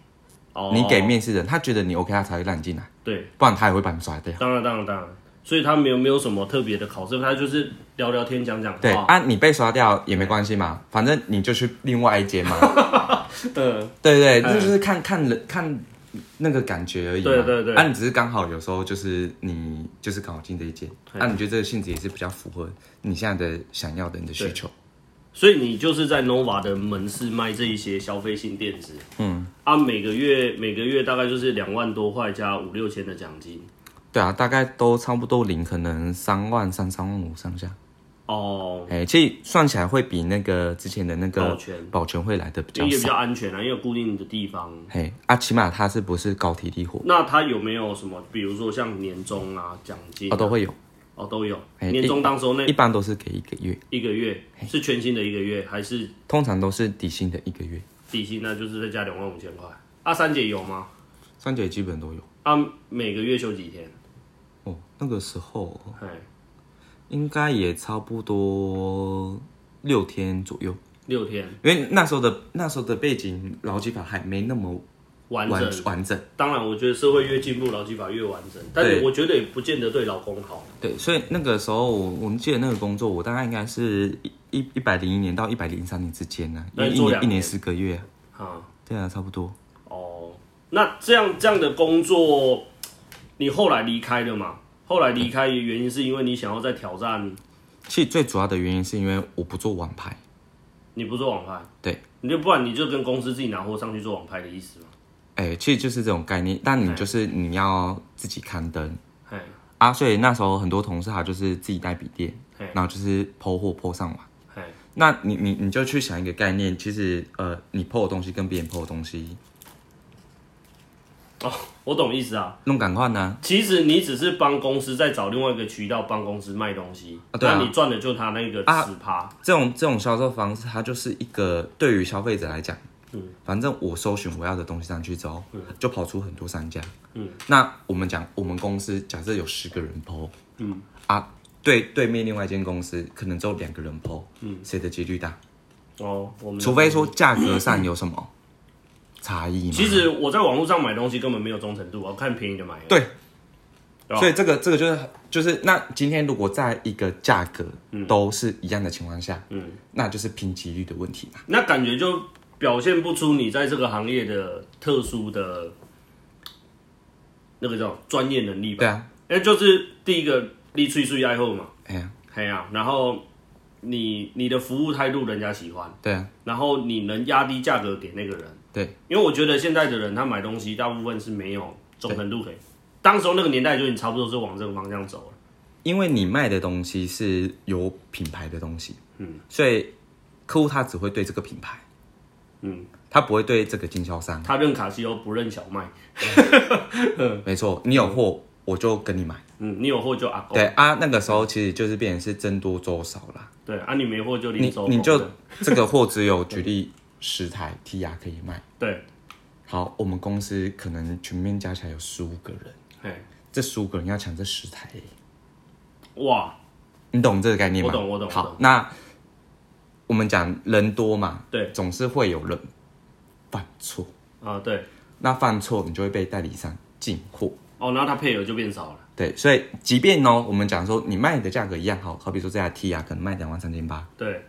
哦，你给面试人，他觉得你 OK，他才会让你进来，对，不然他也会把你刷掉。当然当然当然，所以他没有没有什么特别的考试，他就是聊聊天讲讲话，对啊，你被刷掉也没关系嘛，反正你就去另外一间嘛。 [laughs] 嗯，对对，嗯这就是看看人看那个感觉而已嘛。对对对啊，你只是刚好有时候就是你就是刚好进这一间，啊，你觉得这个性质也是比较符合你现在的想要的你的需求。所以你就是在 nova 的门市卖这一些消费性电子，嗯，啊，每个月每个月大概就是两万多块加五六千的奖金，对啊，大概都差不多领可能三万三三万五上下，哦，哎、其实算起来会比那个之前的那保个全保全会来的比因较为也比少。较安全啊，因为有固定的地方。嘿，啊，起码它是不是高体力活那他有没有什么，比如说像年终啊、奖金啊、哦，都会有，哦都有，哎年终当时候那一般都是给一个月，一个月是全新的一个月，还是通常都是底薪的一个月，底薪呢？就是再加两万五千块。啊，三姐有吗？三姐基本都有。啊，每个月休几天？哦，那个时候哎，应该也差不多六天左右，六天因为那时候的那时候的背景劳基法还没那么完整。完完整，当然，我觉得社会越进步，劳基法越完整，但是对我觉得也不见得对老公好。对，所以那个时候我我们记得那个工作，我大概应该是一一一百零一年到一百零三年之间呢、因那为你一做年两一年年四个月啊、啊，对啊，差不多。哦，那这样这样的工作，你后来离开了嘛？后来离开的原因是因为你想要再挑战，其实最主要的原因是因为我不做网拍，你不做网拍，对，你就不然你就跟公司自己拿货上去做网拍的意思嘛？哎、其实就是这种概念，但你就是你要自己刊登嘿，啊，所以那时候很多同事他就是自己带笔电嘿，然后就是抛货抛上网。嘿，那你你你就去想一个概念，其实呃，你破的东西跟别人破的东西我懂意思啊。弄赶快呢，其实你只是帮公司再找另外一个渠道帮公司卖东西，啊对啊那你赚的就他那个啊十趴、这种这种销售方式，它就是一个对于消费者来讲，嗯，反正我搜寻我要的东西上去之后，就跑出很多商家，嗯，那我们讲我们公司假设有十个人抛，嗯啊，对对面另外一间公司可能只有两个人抛，嗯，谁的几率大？哦。我们除非说价格上有什么差异嘛，其实我在网络上买东西根本没有忠诚度，我看便宜的买。啊对对吧所以这个这个就是就是那今天如果在一个价格都是一样的情况下，嗯，那就是拼几率的问题嘛。那感觉就表现不出你在这个行业的特殊的那个叫专业能力吧？对啊，哎，就是第一个你吹吹爱好嘛，哎呀，嘿呀、然后你你的服务态度人家喜欢，对啊，然后你能压低价格给那个人。对，因为我觉得现在的人他买东西大部分是没有忠诚度给，当时候那个年代就已经差不多是往这个方向走了。因为你卖的东西是有品牌的东西，嗯，所以客户他只会对这个品牌，嗯，他不会对这个经销商。他认卡西欧不认小麦，没错，你有货我就跟你买。嗯，你有货就阿狗，对啊，那个时候其实就是变成是增多周少啦。对啊，你没货就零你收购，你就这个货只有举例十台 T R 可以卖。对，好，我们公司可能全面加起来有十五个人。哎，这十五个人要抢这十台耶，哇，你懂这个概念吗？我懂我懂我好懂，那我们讲人多嘛，对，总是会有人犯错，啊对，那犯错你就会被代理商进货。哦，然后他配额就变少了，对，所以即便呢，我们讲说你卖的价格一样好，好比说这台 T 啊，可能卖两万三千八，对，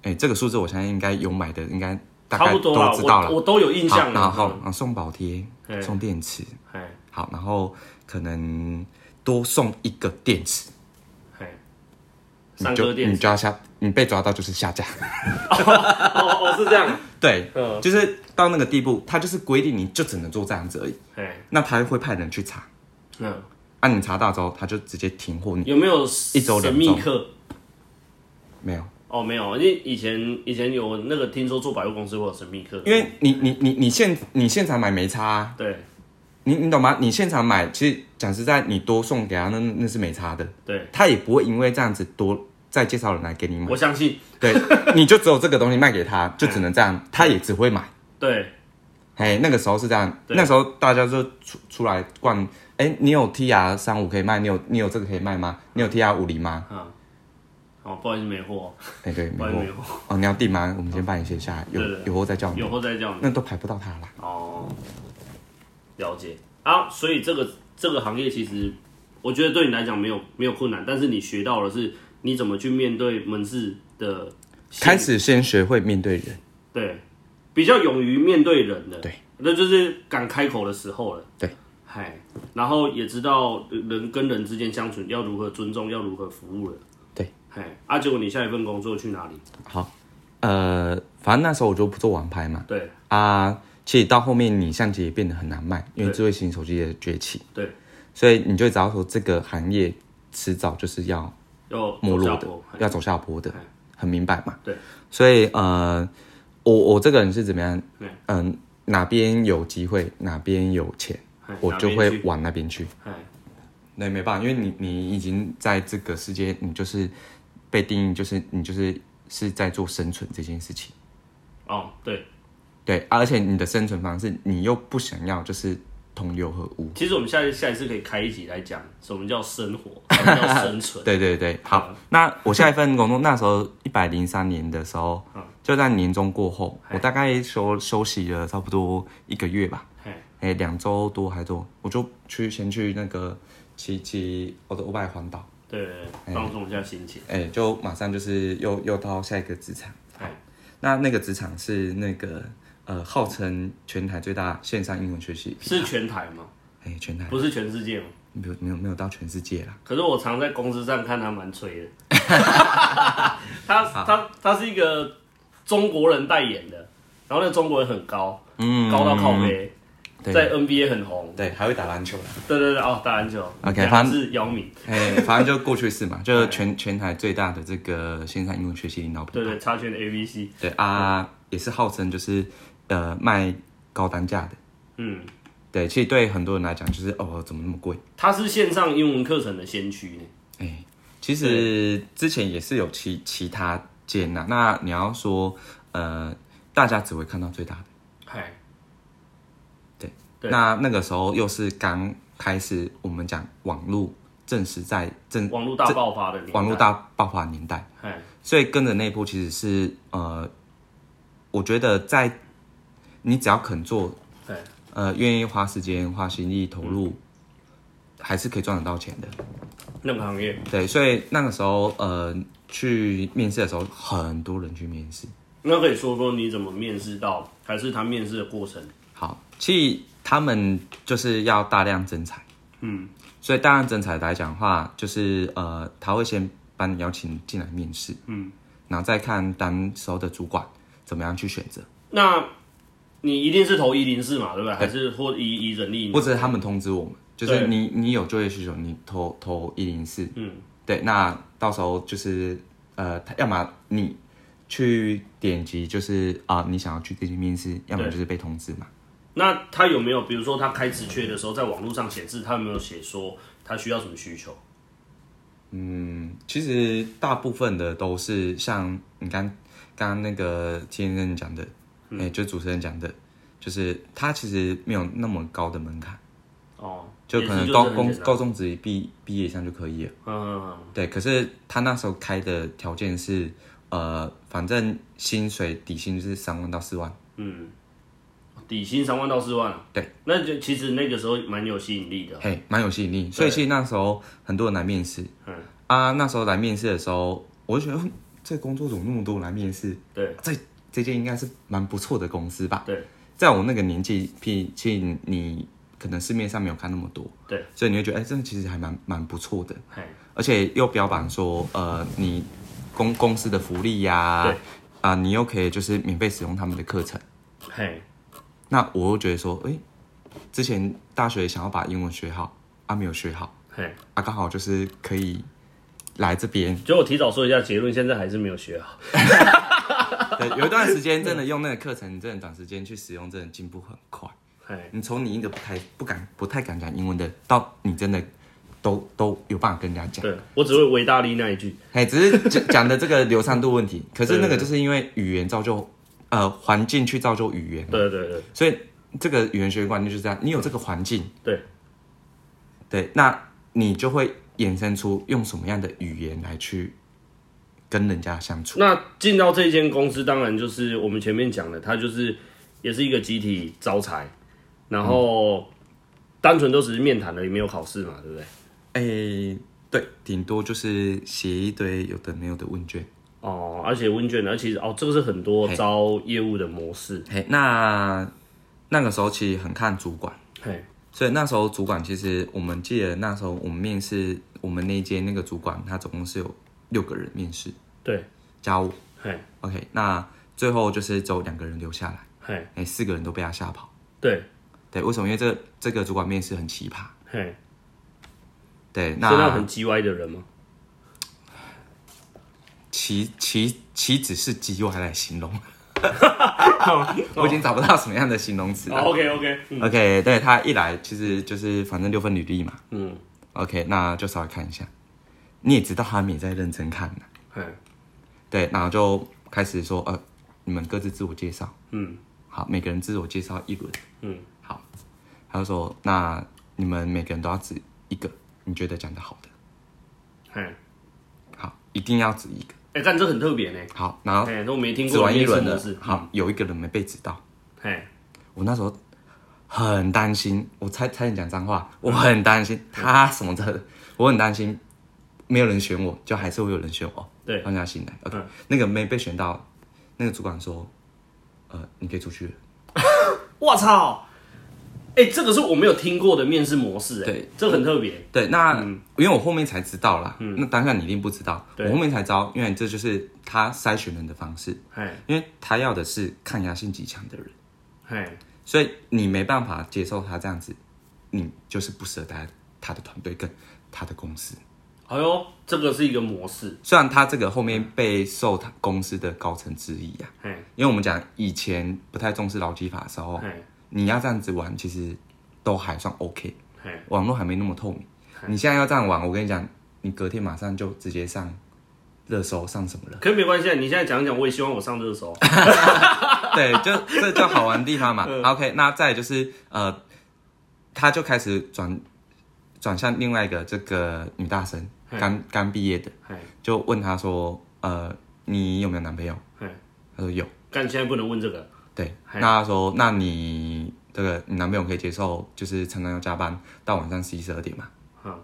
哎，这个数字我相信应该有买的，应该大差概不多啦都知道我了。我都有印好，象然后了。啊送保贴，嗯送电池，哎哎好，然后可能多送一个电池，哎，你三就哥你店就要下，你被抓到就是下架。哦哦是这样，对，嗯就是到那个地步，他就是规定你就只能做这样子而已。哎那他会派人去查，嗯，啊，你查到之后，他就直接停货你。有没有一周两周神秘客？没有，哦，没有，因为以前以前有那个听说做百货公司会有神秘客，因为你你你你现你现场买没差、啊，对你你懂吗？你现场买，其实讲实在，你多送给他，那那是没差的，对，他也不会因为这样子多再介绍人来给你买我。相信，对， [laughs] 你就只有这个东西卖给嗯他，就只能这样，他也只会买。对哎，那个时候是这样，对那时候大家就出出来逛，哎，你有 T R 三五可以卖，你有你有这个可以卖吗？你有 T R 五零吗？ [laughs] 啊，哦，不好意思没货，哎，对，不没好意思没货货，哦，你要订吗？我们先帮你写下来，有对对对嗯有货再叫你有，后再叫你那都排不到他啦。哦，了解啊，所以这个这个行业其实我觉得对你来讲没有没有困难，但是你学到的是你怎么去面对门市的限开始先学会面对人，对，比较勇于面对人的，对，那就是敢开口的时候了，对，嗨，然后也知道人跟人之间相处要如何尊重，要如何服务了，对，嗨，啊，结果你下一份工作去哪里？好，呃，反正那时候我就不做网拍嘛，对啊，其实到后面你相机也变得很难卖，因为对智慧型手机的崛起，对，所以你就会知道说这个行业迟早就是要要没落走下的坡，嗨要走下坡的哎，很明白嘛。对，所以呃，我我这个人是怎么样对？嗯、哪边有机会，哪边有钱，嗨我哎哪就边会去哎往那边去。嗨那没办法，因为你你已经在这个世界，你就是被定义，就是你就是是在做生存这件事情。哦，对。对，啊而且你的生存方式，你又不想要就是同流合污。其实我们下一下一次可以开一集来讲什么叫生活， [laughs] 什么叫生存。对对对，好，那我下一份工作那时候一百零三年的时候，就在年终过后，我大概休休息了差不多一个月吧，嘿哎，两周多还多，我就去先去那个骑骑我的欧拜环岛，对对对，放松一下心情。哎，就马上就是又又到下一个职场，哎，那那个职场是那个呃号称全台最大线上英文学习，是全台吗？哎，全台不是全世界吗？没有没有没有到全世界啦，可是我常在公司上看他蛮吹 [laughs] 的，他他他是一个中国人代言的，然后那个中国人很高，嗯高到靠背，对在 NBA 很红。对，还会打篮球啦。对对对，哦，打篮球两 OK，个反正是姚明，哎，反正就过去 [laughs] 式嘛，就是全全台最大的这个线上英文学习领导品哎对牌，对，插圈 ABC，对啊，也是号称就是呃卖高单价的，嗯，对，其实对很多人来讲就是哦怎么那么贵？他是线上英文课程的先驱呢。哎，其实之前也是有其其他间呐、那你要说呃大家只会看到最大的，嗨，对那那个时候又是刚开始我们讲网络正式在正网络大爆发的年代网络，大爆发年代。嗨，所以跟着那一步其实是呃，我觉得在你只要肯做，对，呃，愿意花时间、花心力投入，还是可以赚得到钱的。那个行业，对，所以那个时候呃，去面试的时候，很多人去面试。那可以说说你怎么面试到，还是他面试的过程？好，其实他们就是要大量征才，嗯，所以大量征才来讲的话，就是呃，他会先把你邀请进来面试，嗯，然后再看当时候的主管怎么样去选择。嗯那你一定是投一零四嘛，对不对？还是或以以人力？或者他们通知我们，就对是你你有就业需求，你投投一零四，嗯，对，那到时候就是呃，他要么你去点击就是啊、你想要去这些面试，要么就是被通知嘛。那他有没有，比如说他开职缺的时候，在网络上显示他有没有写说他需要什么需求？嗯，其实大部分的都是像你刚刚刚那个天任讲的，哎、嗯就主持人讲的，就是他其实没有那么高的门槛，哦，就也可是能是高很高简单高中职毕毕业以上就可以了。嗯，对，可是他那时候开的条件是，呃，反正薪水底薪就是三万到四万，嗯底薪三万到四万，对，那就其实那个时候蛮有吸引力的。嘿，蛮有吸引力。所以其实那时候很多人来面试，嗯啊，那时候来面试的时候，我就觉得嗯这工作怎么那么多人来面试？对，这这间应该是蛮不错的公司吧？对，在我那个年纪，毕竟你可能市面上没有看那么多，对，所以你会觉得，哎、这个其实还蛮蛮不错的，嘿，而且又标榜说，呃，你公公司的福利呀、啊对，你又可以就是免费使用他们的课程。嘿，那我又觉得说，哎、之前大学想要把英文学好，啊，没有学好，嘿，啊，刚好就是可以来这边，就我提早说一下结论，现在还是没有学好。对，有一段时间真的用那个课程，真的短时间去使用，真的进步很快。嘿，你从你一个不太不敢不太敢讲英文的，到你真的都都有办法跟人家讲。对我只会维大利那一句。哎，只是讲讲的这个流畅度问题，可是那个就是因为语言造就，呃，环境去造就语言，对对对所以这个语言学观念就是这样，你有这个环境，对对，那你就会衍生出用什么样的语言来去跟人家相处。那进到这间公司，当然就是我们前面讲的，它就是也是一个集体招财，然后单纯都只是面谈而已，没有考试嘛，对不对？哎，对，顶多就是写一堆有的没有的问卷。哦，而且问卷，而且哦，这个是很多招业务的模式。嘿，那那个时候其实很看主管，嘿，所以那时候主管其实我们记得那时候我们面试我们那一间那个主管，他总共是有六个人面试对，加我。嘿， OK，那最后就是只有两个人留下来，嘿，哎，四个人都被他吓跑。对，对，为什么？因为这这个主管面试很奇葩。嘿，对，是那那很叽歪的人吗？岂岂岂只是 G Y 来 [laughs] 形容？ [laughs] 我已经找不到什么样的形容词了。哦，OK OK，嗯 OK，对他一来其实就是反正六份履历嘛。嗯， OK，那就稍微看一下。你也知道他们也在认真看呐、嘿，对，然后就开始说，呃，你们各自自我介绍，嗯，好，每个人自我介绍一轮，嗯，好，他就说，那你们每个人都要指一个你觉得讲的好的，嘿，哎、好，一定要指一个，但哎这很特别呢，好，然后哎、都没听指过完一轮的了面试模，式。嗯好，有一个人没被指到，嘿，我那时候很担心，我差差点讲脏话，嗯我很担心他什么的，我很担心没有人选我，就还是会有人选我，对让人家信赖。OK，、嗯那个没被选到，那个主管说，呃，你可以出去了。我操！哎、这个是我没有听过的面试模式、哎，对，这个很特别，对，那、嗯因为我后面才知道啦，那当下你一定不知道，我后面才知道，因为这就是他筛选人的方式，嘿，因为他要的是抗压性极强的人，嘿，所以你没办法接受他这样子，你就是不舍得待他的团队跟他的公司。哎呦，这个是一个模式，虽然他这个后面备受他公司的高层质疑啊，嘿，因为我们讲以前不太重视劳基法的时候，嘿，你要这样子玩，其实都还算 OK，嘿，网络还没那么透明。你现在要这样玩，我跟你讲，你隔天马上就直接上热搜，上什么了？可是没关系，啊，你现在讲一讲，我也希望我上热搜，哎 [laughs] 对，就这就好玩的地方嘛。OK，那嗯再来就是呃，他就开始转转向另外一个这个女大生，刚刚毕业的，嘿，就问她说，呃，你有没有男朋友？嘿，呃她说有。但现在不能问这个，对，嗨那他说，那你这个你男朋友可以接受，就是常常要加班到晚上十一十二点嘛？嗯，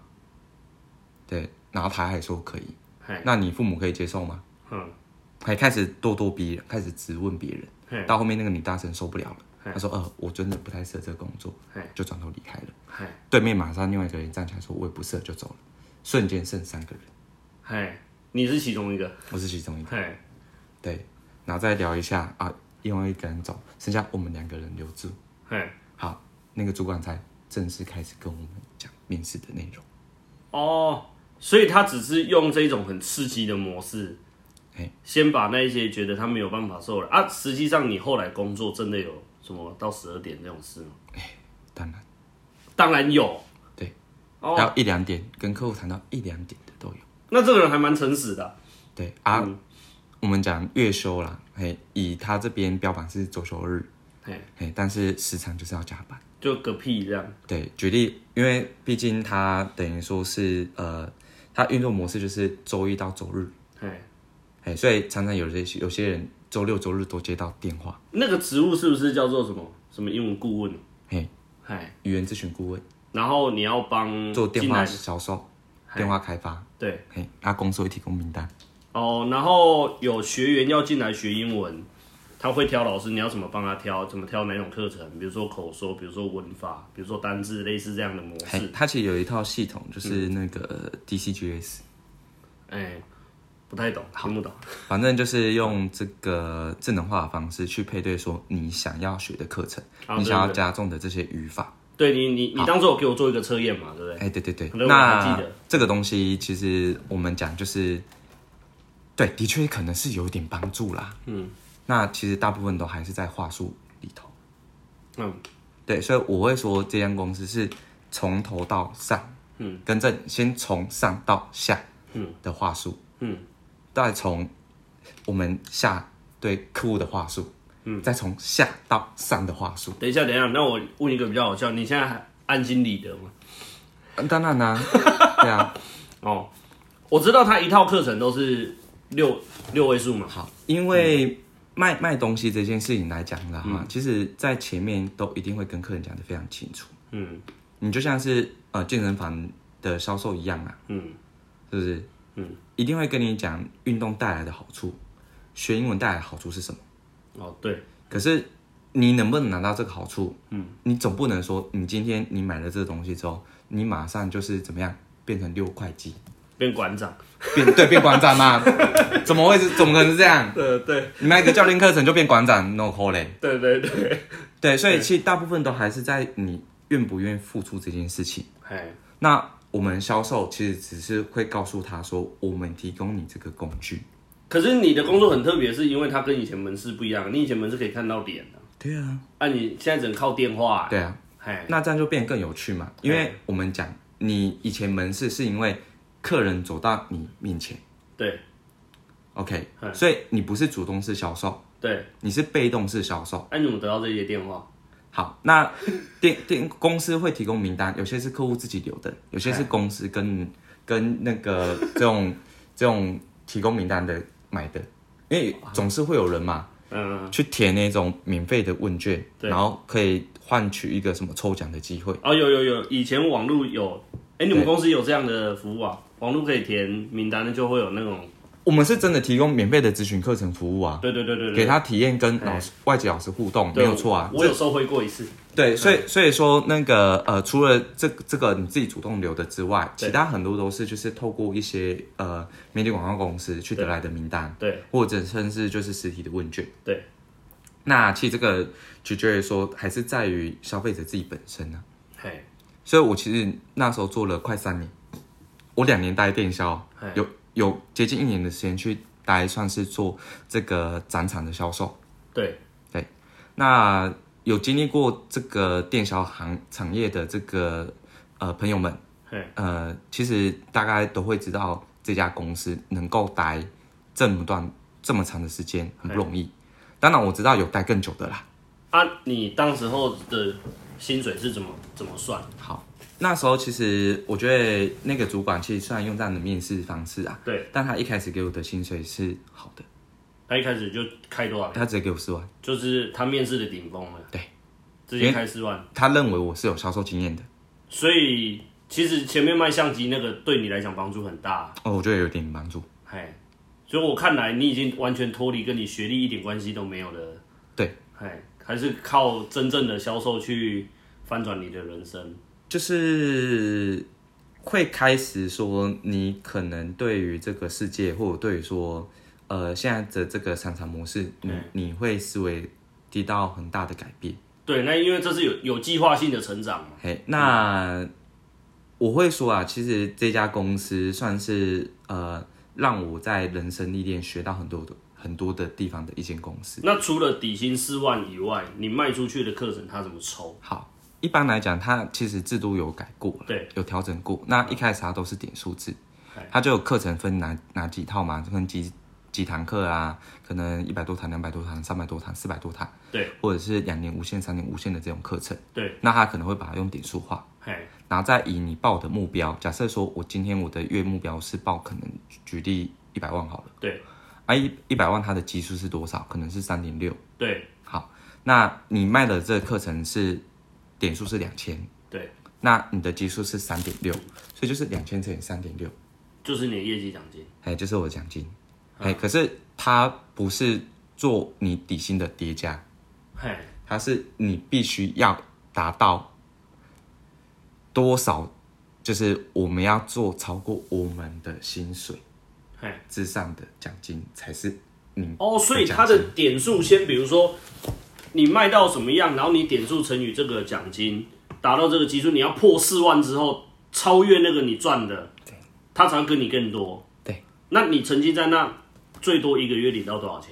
对，然后他还说可以，嘿，那你父母可以接受吗？嗯，还开始咄咄逼人，开始质问别人，嘿，到后面那个女大生受不了了，嗨她说，呃，我真的不太适合这个工作嗨，就转头离开了。嘿，嗯对面马上另外一个人站起来说，我也不适合，就走了。瞬间剩三个人，嘿，哎你是其中一个，哎我是其中一个。嘿，对，然后再聊一下啊，另外一个人走，剩下我们两个人留住。嘿，好，那个主管才正式开始跟我们讲面试的内容。哦，所以他只是用这种很刺激的模式嘿。先把那一些觉得他没有办法受了啊，实际上你后来工作真的有什么到十二点那种事吗？当然，当然有，对，哦到一两点跟客户谈到一两点的都有。那这个人还蛮诚实的啊、对啊，我们讲月休啦，嘿，以他这边标榜是周休日，嘿，嘿，但是时常就是要加班。就嗝屁这样，对，举例，因为毕竟他等于说是呃，他运作模式就是周一到周日，嘿，嘿，所以常常有些有些人周六周日都接到电话，那个职务是不是叫做什么什么英文顾问？嘿，嘿，语言咨询顾问然后你要帮做电进话来销售、电话开发，对嘿，那公司会提供名单。哦，然后有学员要进来学英文，他会挑老师，你要怎么帮他挑，怎么挑哪种课程，比如说口说，比如说文法，比如说单字，类似这样的模嘿式。它其实有一套系统，就是那个 DCGS，哎、不太懂，听不懂。反正就是用这个智能化的方式去配对说你想要学的课程，好你想要哦对加重的这些语法。对你，你你当初有给我做一个测验嘛，对不对？哎，对对对，对我还那记得这个东西其实我们讲就是，对，的确可能是有一点帮助啦。嗯，那其实大部分都还是在话术里头。嗯，对，所以我会说这间公司是从头到上，嗯，跟正先从上到下，嗯的话术，嗯，再从我们下对客户的话术，嗯，再从下到上的话术。等一下，等一下，那我问一个比较好笑，你现在还按心理得吗？嗯当然啦、对啊，哦，我知道他一套课程都是六六位数嘛，好，因为卖卖东西这件事情来讲啦，嗯哈、其实在前面都一定会跟客人讲的非常清楚。嗯你就像是呃健身房的销售一样啊，嗯是不是？嗯，一定会跟你讲运动带来的好处，学英文带来的好处是什么。哦对，可是你能不能拿到这个好处？嗯，你总不能说你今天你买了这个东西之后，你马上就是怎么样变成六块肌，变馆长，变对变馆长 [laughs] 嘛？怎么会是？怎么可能是这样？呃对你买一个教练课程就变馆长，no call 嘞。对对 [laughs] 对，对，所以其实大部分都还是在你愿不愿意付出这件事情。哎那我们销售其实只是会告诉他说，我们提供你这个工具。可是你的工作很特别，是因为它跟以前门市不一样。你以前门市可以看到脸的、对啊，啊，你现在只能靠电话、对啊，哎，那这样就变得更有趣嘛，对因为我们讲你以前门市是因为客人走到你面前对，OK，所以你不是主动式销售，对，哎你是被动式销售。那、你怎么得到这些电话？好，那电电公司会提供名单，有些是客户自己留的，有些是公司跟跟那个 [laughs] 这种这种提供名单的买的，因为总是会有人嘛，嗯，去填那种免费的问卷，对然后可以换取一个什么抽奖的机会。哦有有有，以前网络有，哎、你们对公司有这样的服务啊？网络可以填名单，就会有那种，我们是真的提供免费的咨询课程服务啊，对对对对给对，他体验跟老师外籍老师互动，没对有错啊。我有收回过一次，对，所以所以说那个呃，除了这这个你自己主动留的之外，对其他很多都是就是透过一些呃媒体广告公司去得来的名单，对或者甚至就是实体的问卷。对，那其实这个取决于说还是在于消费者自己本身呢、嘿，所以我其实那时候做了快三年，我两年待电销嘿，有有接近一年的时间去待算是做这个展场的销售。对，那有经历过这个电销行产业的这个呃朋友们，嘿，呃，其实大概都会知道这家公司能够待这么段这么长的时间很不容易。当然我知道有待更久的啦。啊，你当时候的薪水是怎么怎么算？好，那时候其实我觉得那个主管其实虽然用这样的面试方式啊，对，但他一开始给我的薪水是好的，他一开始就开多少？他直接给我四万，就是他面试的顶峰了，对，直接开四万。他认为我是有销售经验的，所以其实前面卖相机那个对你来讲帮助很大，哦，我觉得有点帮助。嘿，所以我看来你已经完全脱离跟你学历一点关系都没有的，对，嘿，还是靠真正的销售去翻转你的人生，就是会开始说，你可能对于这个世界，或者对于说，呃，现在的这个商场模式，你你会思维提到很大的改变。对，那因为这是有有计划性的成长嘛，嘿，那我会说啊，其实这家公司算是呃，让我在人生历练学到很多的很多的地方的一间公司。那除了底薪四万以外，你卖出去的课程他怎么抽？好，一般来讲，它其实制度有改过了，对，有调整过。那一开始它都是点数制，它就有课程分哪哪几套嘛，分几几堂课啊，可能一百多堂、两百多堂、三百多堂、四百多堂，对，或者是两年无限、三年无限的这种课程。对，那它可能会把它用点数化，嘿，然后再以你报的目标，假设说我今天我的月目标是报，可能举例一百万好了，对，啊一一百万它的基数是多少？可能是三点六。对，好，那你卖的这个课程是点数是两千，对，那你的基数是三点六，所以就是两千乘以三点六，就是你的业绩奖金。嗯哎，就是我的奖金，哎，可是它不是做你底薪的叠加，嘿，它是你必须要达到多少，就是我们要做超过我们的薪水嘿，之上的奖金才是你哦，所以奖它金的点数先，比如说你卖到什么样，然后你点数乘以这个奖金，达到这个基数，你要破四万之后，超越那个你赚的，他才会跟你更多。对，那你曾经在那最多一个月领到多少钱？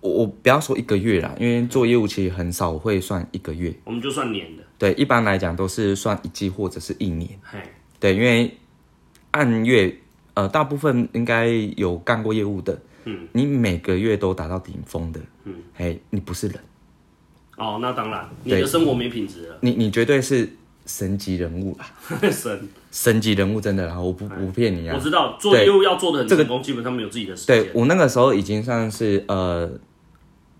我我不要说一个月啦，因为做业务其实很少会算一个月，我们就算年的，对，一般来讲都是算一季或者是一年，嘿，对，因为按月，呃，大部分应该有干过业务的，嗯，你每个月都达到顶峰的，嗯，嘿，你不是人，哦，那当然，你对的生活没品质了，你你绝对是神级人物啦， [laughs] 神，神级人物真的啦，我不不骗你我啊，知道做对业务要做的很这个成功，基本上没有自己的时对间，我那个时候已经算是呃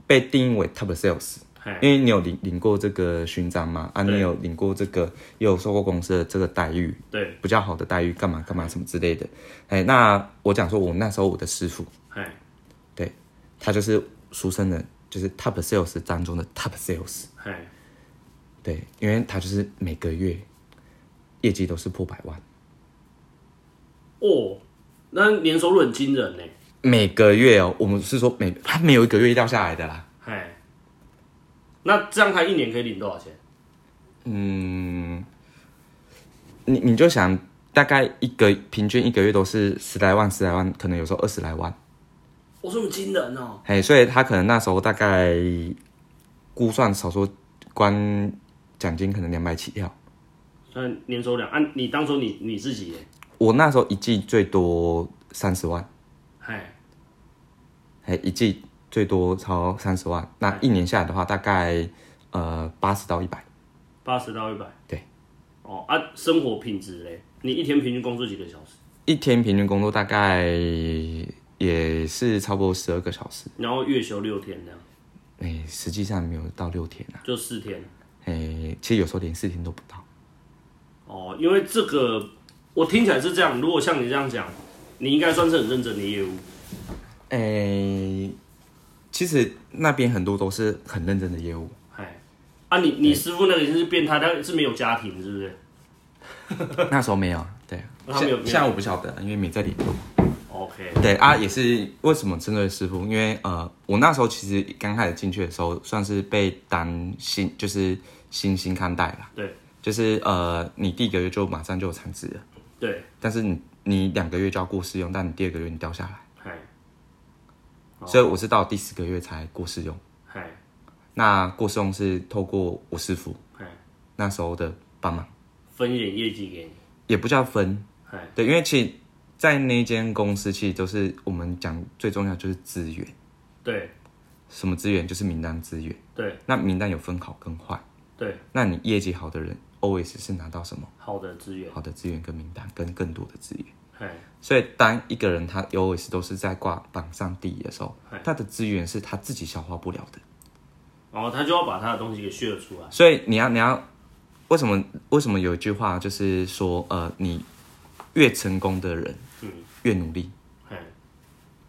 被定义为 top sales，嘿，因为你有领领过这个勋章嘛，啊，你有领过这个，也有受过公司的这个待遇，对，比较好的待遇，干嘛干嘛什么之类的。哎，那我讲说，我那时候我的师傅，嘿，他就是俗称的，就是 top sales 当中的 top sales，嘿，对，因为他就是每个月业绩都是破百万，哦，那年收入很惊人呢，每个月哦，我们是说每他没有一个月掉下来的啦，嘿，那这样他一年可以领多少钱？你你就想大概一个平均一个月都是十来万、十来万，可能有时候二十来万。我这么惊人哦，哎，所以他可能那时候大概估算少说关奖金可能两百起跳。那年收两，按、你当初你你自己耶，我那时候一季最多三十万，嘿，哎，一季最多超三十万。那一年下来的话，大概呃八十到一百。八十到一百，对，哦啊，生活品质嘞，你一天平均工作几个小时？一天平均工作大概也是差不多十二个小时，然后月休六天这样，哎，实际上没有到六天啊，就四天。哎，其实有时候连四天都不到。哦，因为这个我听起来是这样，如果像你这样讲，你应该算是很认真的业务。哎，其实那边很多都是很认真的业务，哎，啊你，你师傅那个已经是变态，他是没有家庭，是不是？那时候没有，啊对，他没有没有现现在我不晓得，因为没在联络。 OK，对啊，也是为什么针对师傅，因为呃，我那时候其实刚开始进去的时候，算是被当新，就是新星看待啦。对，就是呃，你第一个月就马上就有产值了，对，但是你你两个月就要过试用，但你第二个月你掉下来，哎，哦所以我是到第四个月才过试用。哎，那过试用是透过我师傅哎，那时候的帮忙，分一点业绩给你，也不叫分，哎，对，因为其实，在那间公司，其实都是我们讲最重要就是资源，对，什么资源就是名单资源。对，那名单有分好跟坏，对，那你业绩好的人，always 是拿到什么好的资源，好的资源跟名单跟更多的资源。哎，所以，当一个人他 always 都是在挂榜上第一的时候嗨，他的资源是他自己消化不了的。然后他就要把他的东西给削出来，所以你要你要为什么为什么有一句话就是说，呃，你越成功的人，嗯，越努力，哎，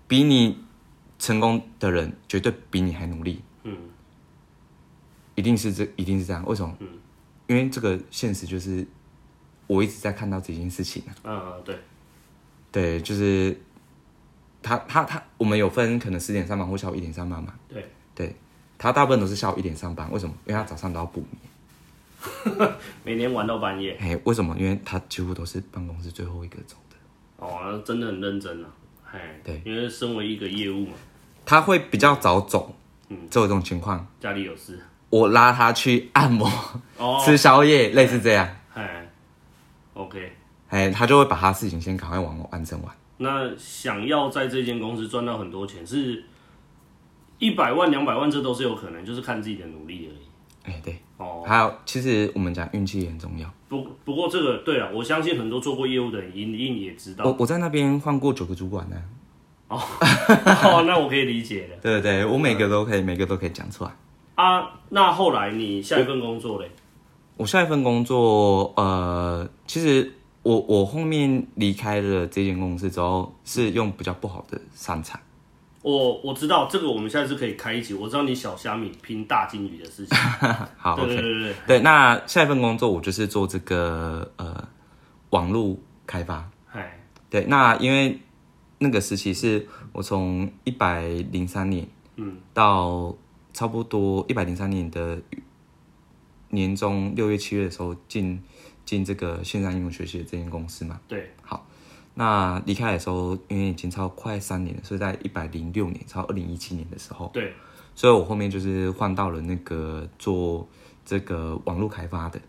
比你成功的人绝对比你还努力，嗯，一定是这，一定是这样。为什么？因为这个现实就是我一直在看到这件事情啊。呃，对，对，就是他他他，我们有分可能十点上班或下午一点上班嘛。对，对，他大部分都是下午一点上班，为什么？因为他早上都要补眠。每年玩到半夜，哎，为什么？因为他几乎都是办公室最后一个走的，哦，那真的很认真啊，哎，对因为身为一个业务嘛，他会比较早走。嗯只有这种情况，家里有事，我拉他去按摩、哦，吃宵夜，类似这样。哎，OK。哎，他就会把他事情先赶快完完成完。那想要在这间公司赚到很多钱，是一百万、两百万，这都是有可能，就是看自己的努力而已。哎，对，哦，还有，其实我们讲运气也很重要。不不过这个对啊，我相信很多做过业务的人一定也知道我。我在那边换过九个主管呢、哦，那我可以理解的对对对，我每个都可以，每个都可以讲出来。啊。那后来你下一份工作嘞？我下一份工作，呃，其实我我后面离开了这间公司之后，是用比较不好的散场，我我知道这个，我们下次可以开一集。我知道你小虾米拼大金鱼的事情。 [laughs] 好对对，OK，对对，对，那下一份工作我就是做这个呃网络开发。哎，对，那因为那个时期是我从一百零三年，嗯，到差不多一百零三年的年中六月七月的时候进进这个线上应用学习的这间公司嘛。对，那离开的时候，因为已经超快三年了，所以在一百零六年，超二零一七年的时候，对，所以我后面就是换到了那个做这个网络开发的。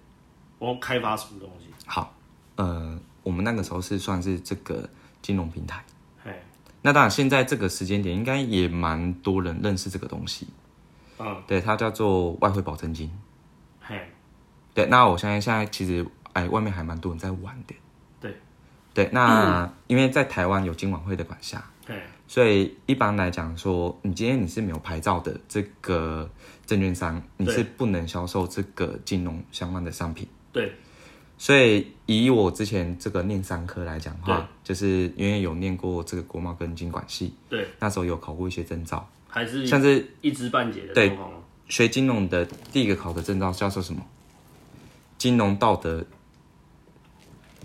我要开发什么东西？好，呃，我们那个时候是算是这个金融平台。哎，那当然，现在这个时间点应该也蛮多人认识这个东西。嗯，对，它叫做外汇保证金。嘿，对，那我相信现在其实哎，外面还蛮多人在玩的。对，对，那、因为在台湾有金管会的管辖，嘿，所以一般来讲说，你今天你是没有牌照的这个证券商，你是不能销售这个金融相关的商品。对，所以以我之前这个念商科来讲的话，就是因为有念过这个国贸跟经管系，对，那时候有考过一些证照，还是像是一知半解的对状况吗。学金融的第一个考的证照叫做什么？金融道德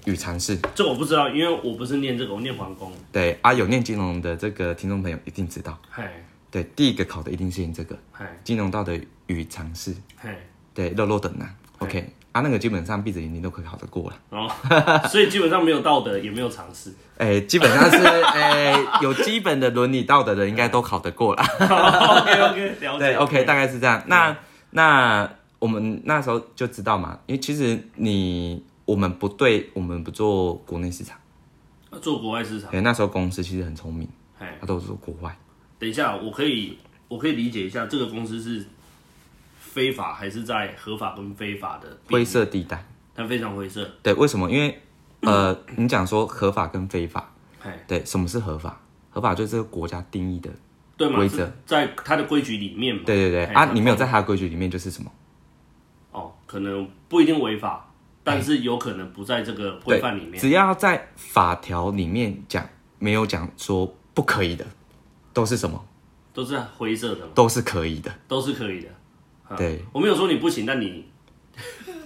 与常识。这我不知道，因为我不是念这个，我念皇宫。对啊，有念金融的这个听众朋友一定知道，嘿，对，第一个考的一定是念这个嘿，金融道德与常识。嘿，对，肉肉等啊，OK，啊，那个基本上闭着眼睛都可以考得过了。然后，所以基本上没有道德，也没有常识。 [laughs] 哎、基本上是 [laughs] 哎、有基本的伦理道德的，应该都考得过了。 OK [laughs] OK，了解。对，OK，大概是这样。那那我们那时候就知道嘛，因为其实你我们不对，我们不做国内市场。做国外市场。哎、那时候公司其实很聪明，哎，他都是做国外。等一下，我可以，我可以理解一下，这个公司是非法还是在合法跟非法的边灰缘？色地带。它非常灰色。对，为什么？因为呃，你讲说合法跟非法，哎，对，什么是合法？合法就是这个国家定义的，对嘛？规是则在它的规矩里面嘛。对对对哎啊，它你没有在它的规矩里面就是什么？哦，可能不一定违法，但是有可能不在这个规范里面。只要在法条里面讲没有讲说不可以的，都是什么？都是灰色的嘛，都是可以的。都是可以的。啊对，我没有说你不行，但你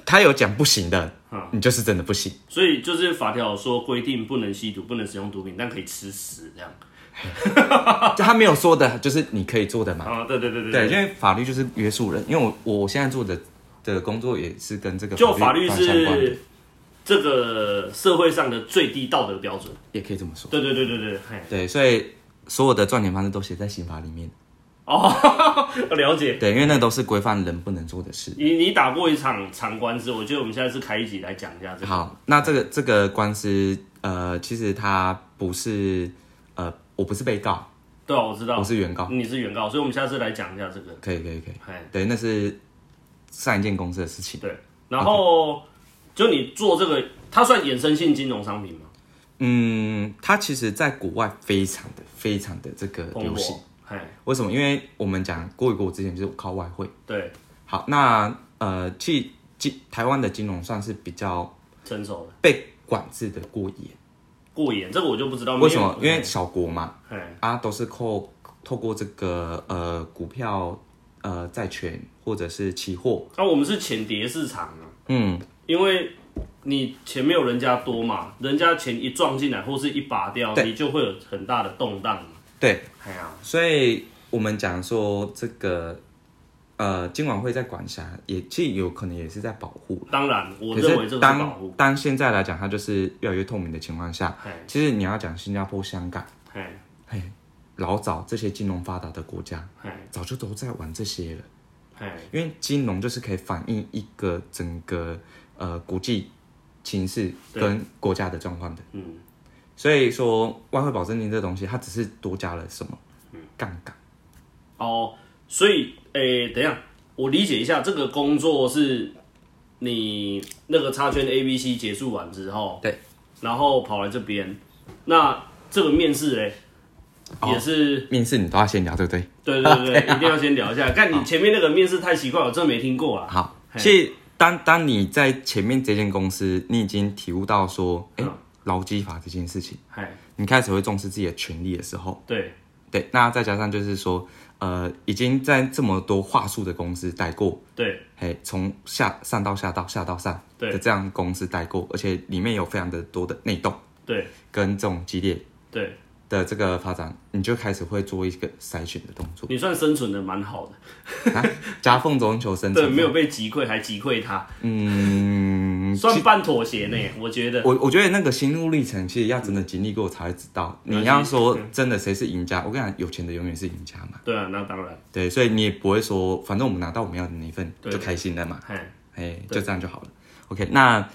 他有讲不行的嗯，你就是真的不行。所以就是法条有说规定不能吸毒，不能使用毒品，但可以吃屎这样。就他没有说的，就是你可以做的嘛。啊，对对对对，因为法律就是约束人。因为我我现在做的的工作也是跟这个就法律方向相关的是这个社会上的最低道德标准。也可以这么说。对对对对对，嘿，对，所以所有的赚钱方式都写在刑法里面。 [laughs] 我了解。对，因为那都是规范人不能做的事。你你打过一场长官司，我觉得我们下次开一集来讲一下这个。好，那这个这个官司，呃，其实他不是，呃，我不是被告，对啊，我知我道是原告。你是原告，所以我们下次来讲一下这个。可以可以可以，嘿，对，那是上一件公司的事情。对。然后就你做这个，它算衍生性金融商品吗？嗯，它其实在国外非常的非常的这个蓬流勃行。。嘿，为什么？因为我们讲过一过之前就是靠外汇。对，好，那呃，去金台湾的金融算是比较成熟了，被管制的过严。过眼这个我就不知道为什么？哦没因有为小国嘛，嘿啊，都是靠透过这个呃股票、呃债券或者是期货，那、我们是浅碟市场啊，嗯，因为你钱没有人家多嘛，人家钱一撞进来或是一拔掉，对你就会有很大的动荡嘛。对，哎呀、所以我们讲说这个呃金管会在管辖，也其实有可能也是在保护。当然，我可认为这个是是保当护。当现在来讲，它就是越来越透明的情况下，嘿，其实你要讲新加坡、香港、嘿，老早这些金融发达的国家，嘿，早就都在玩这些了。嘿，因为金融就是可以反映一个整个呃国际情势对跟国家的状况的。嗯，所以说，外汇保证金这东西，它只是多加了什么嗯杠杆。哦，所以，诶、等一下，我理解一下，这个工作是你那个插圈 A、B、C 结束完之后，对，然后跑来这边，那这个面试，诶，也是。面试你都要先聊，对不哦 [laughs] 对？啊哦对对对，一定要先聊一下。看你前面那个面试太奇怪，我真的没听过啊啦。好，嘿其实当当你在前面这间公司，你已经体悟到说，哎、嗯劳基法这件事情，哎，你开始会重视自己的权利的时候，对对，那再加上就是说，呃，已经在这么多话术的公司待过，对嘿，从下上到下到下到上对的这样公司待过，而且里面有非常的多的内斗对跟这种激烈对，的这个发展，你就开始会做一个筛选的动作。你算生存的蛮好的，夹缝中求生对，存，没有被击溃，还击溃他，嗯，算半妥协呢，我觉得。我我觉得那个心路历程，其实要真的经历过才会知道。嗯你要说真的谁是赢家，我跟你讲，有钱的永远是赢家嘛。对啊，那当然，对，所以你也不会说，反正我们拿到我们要的那一份对就开心了嘛。哎，哎，就这样就好了。OK，那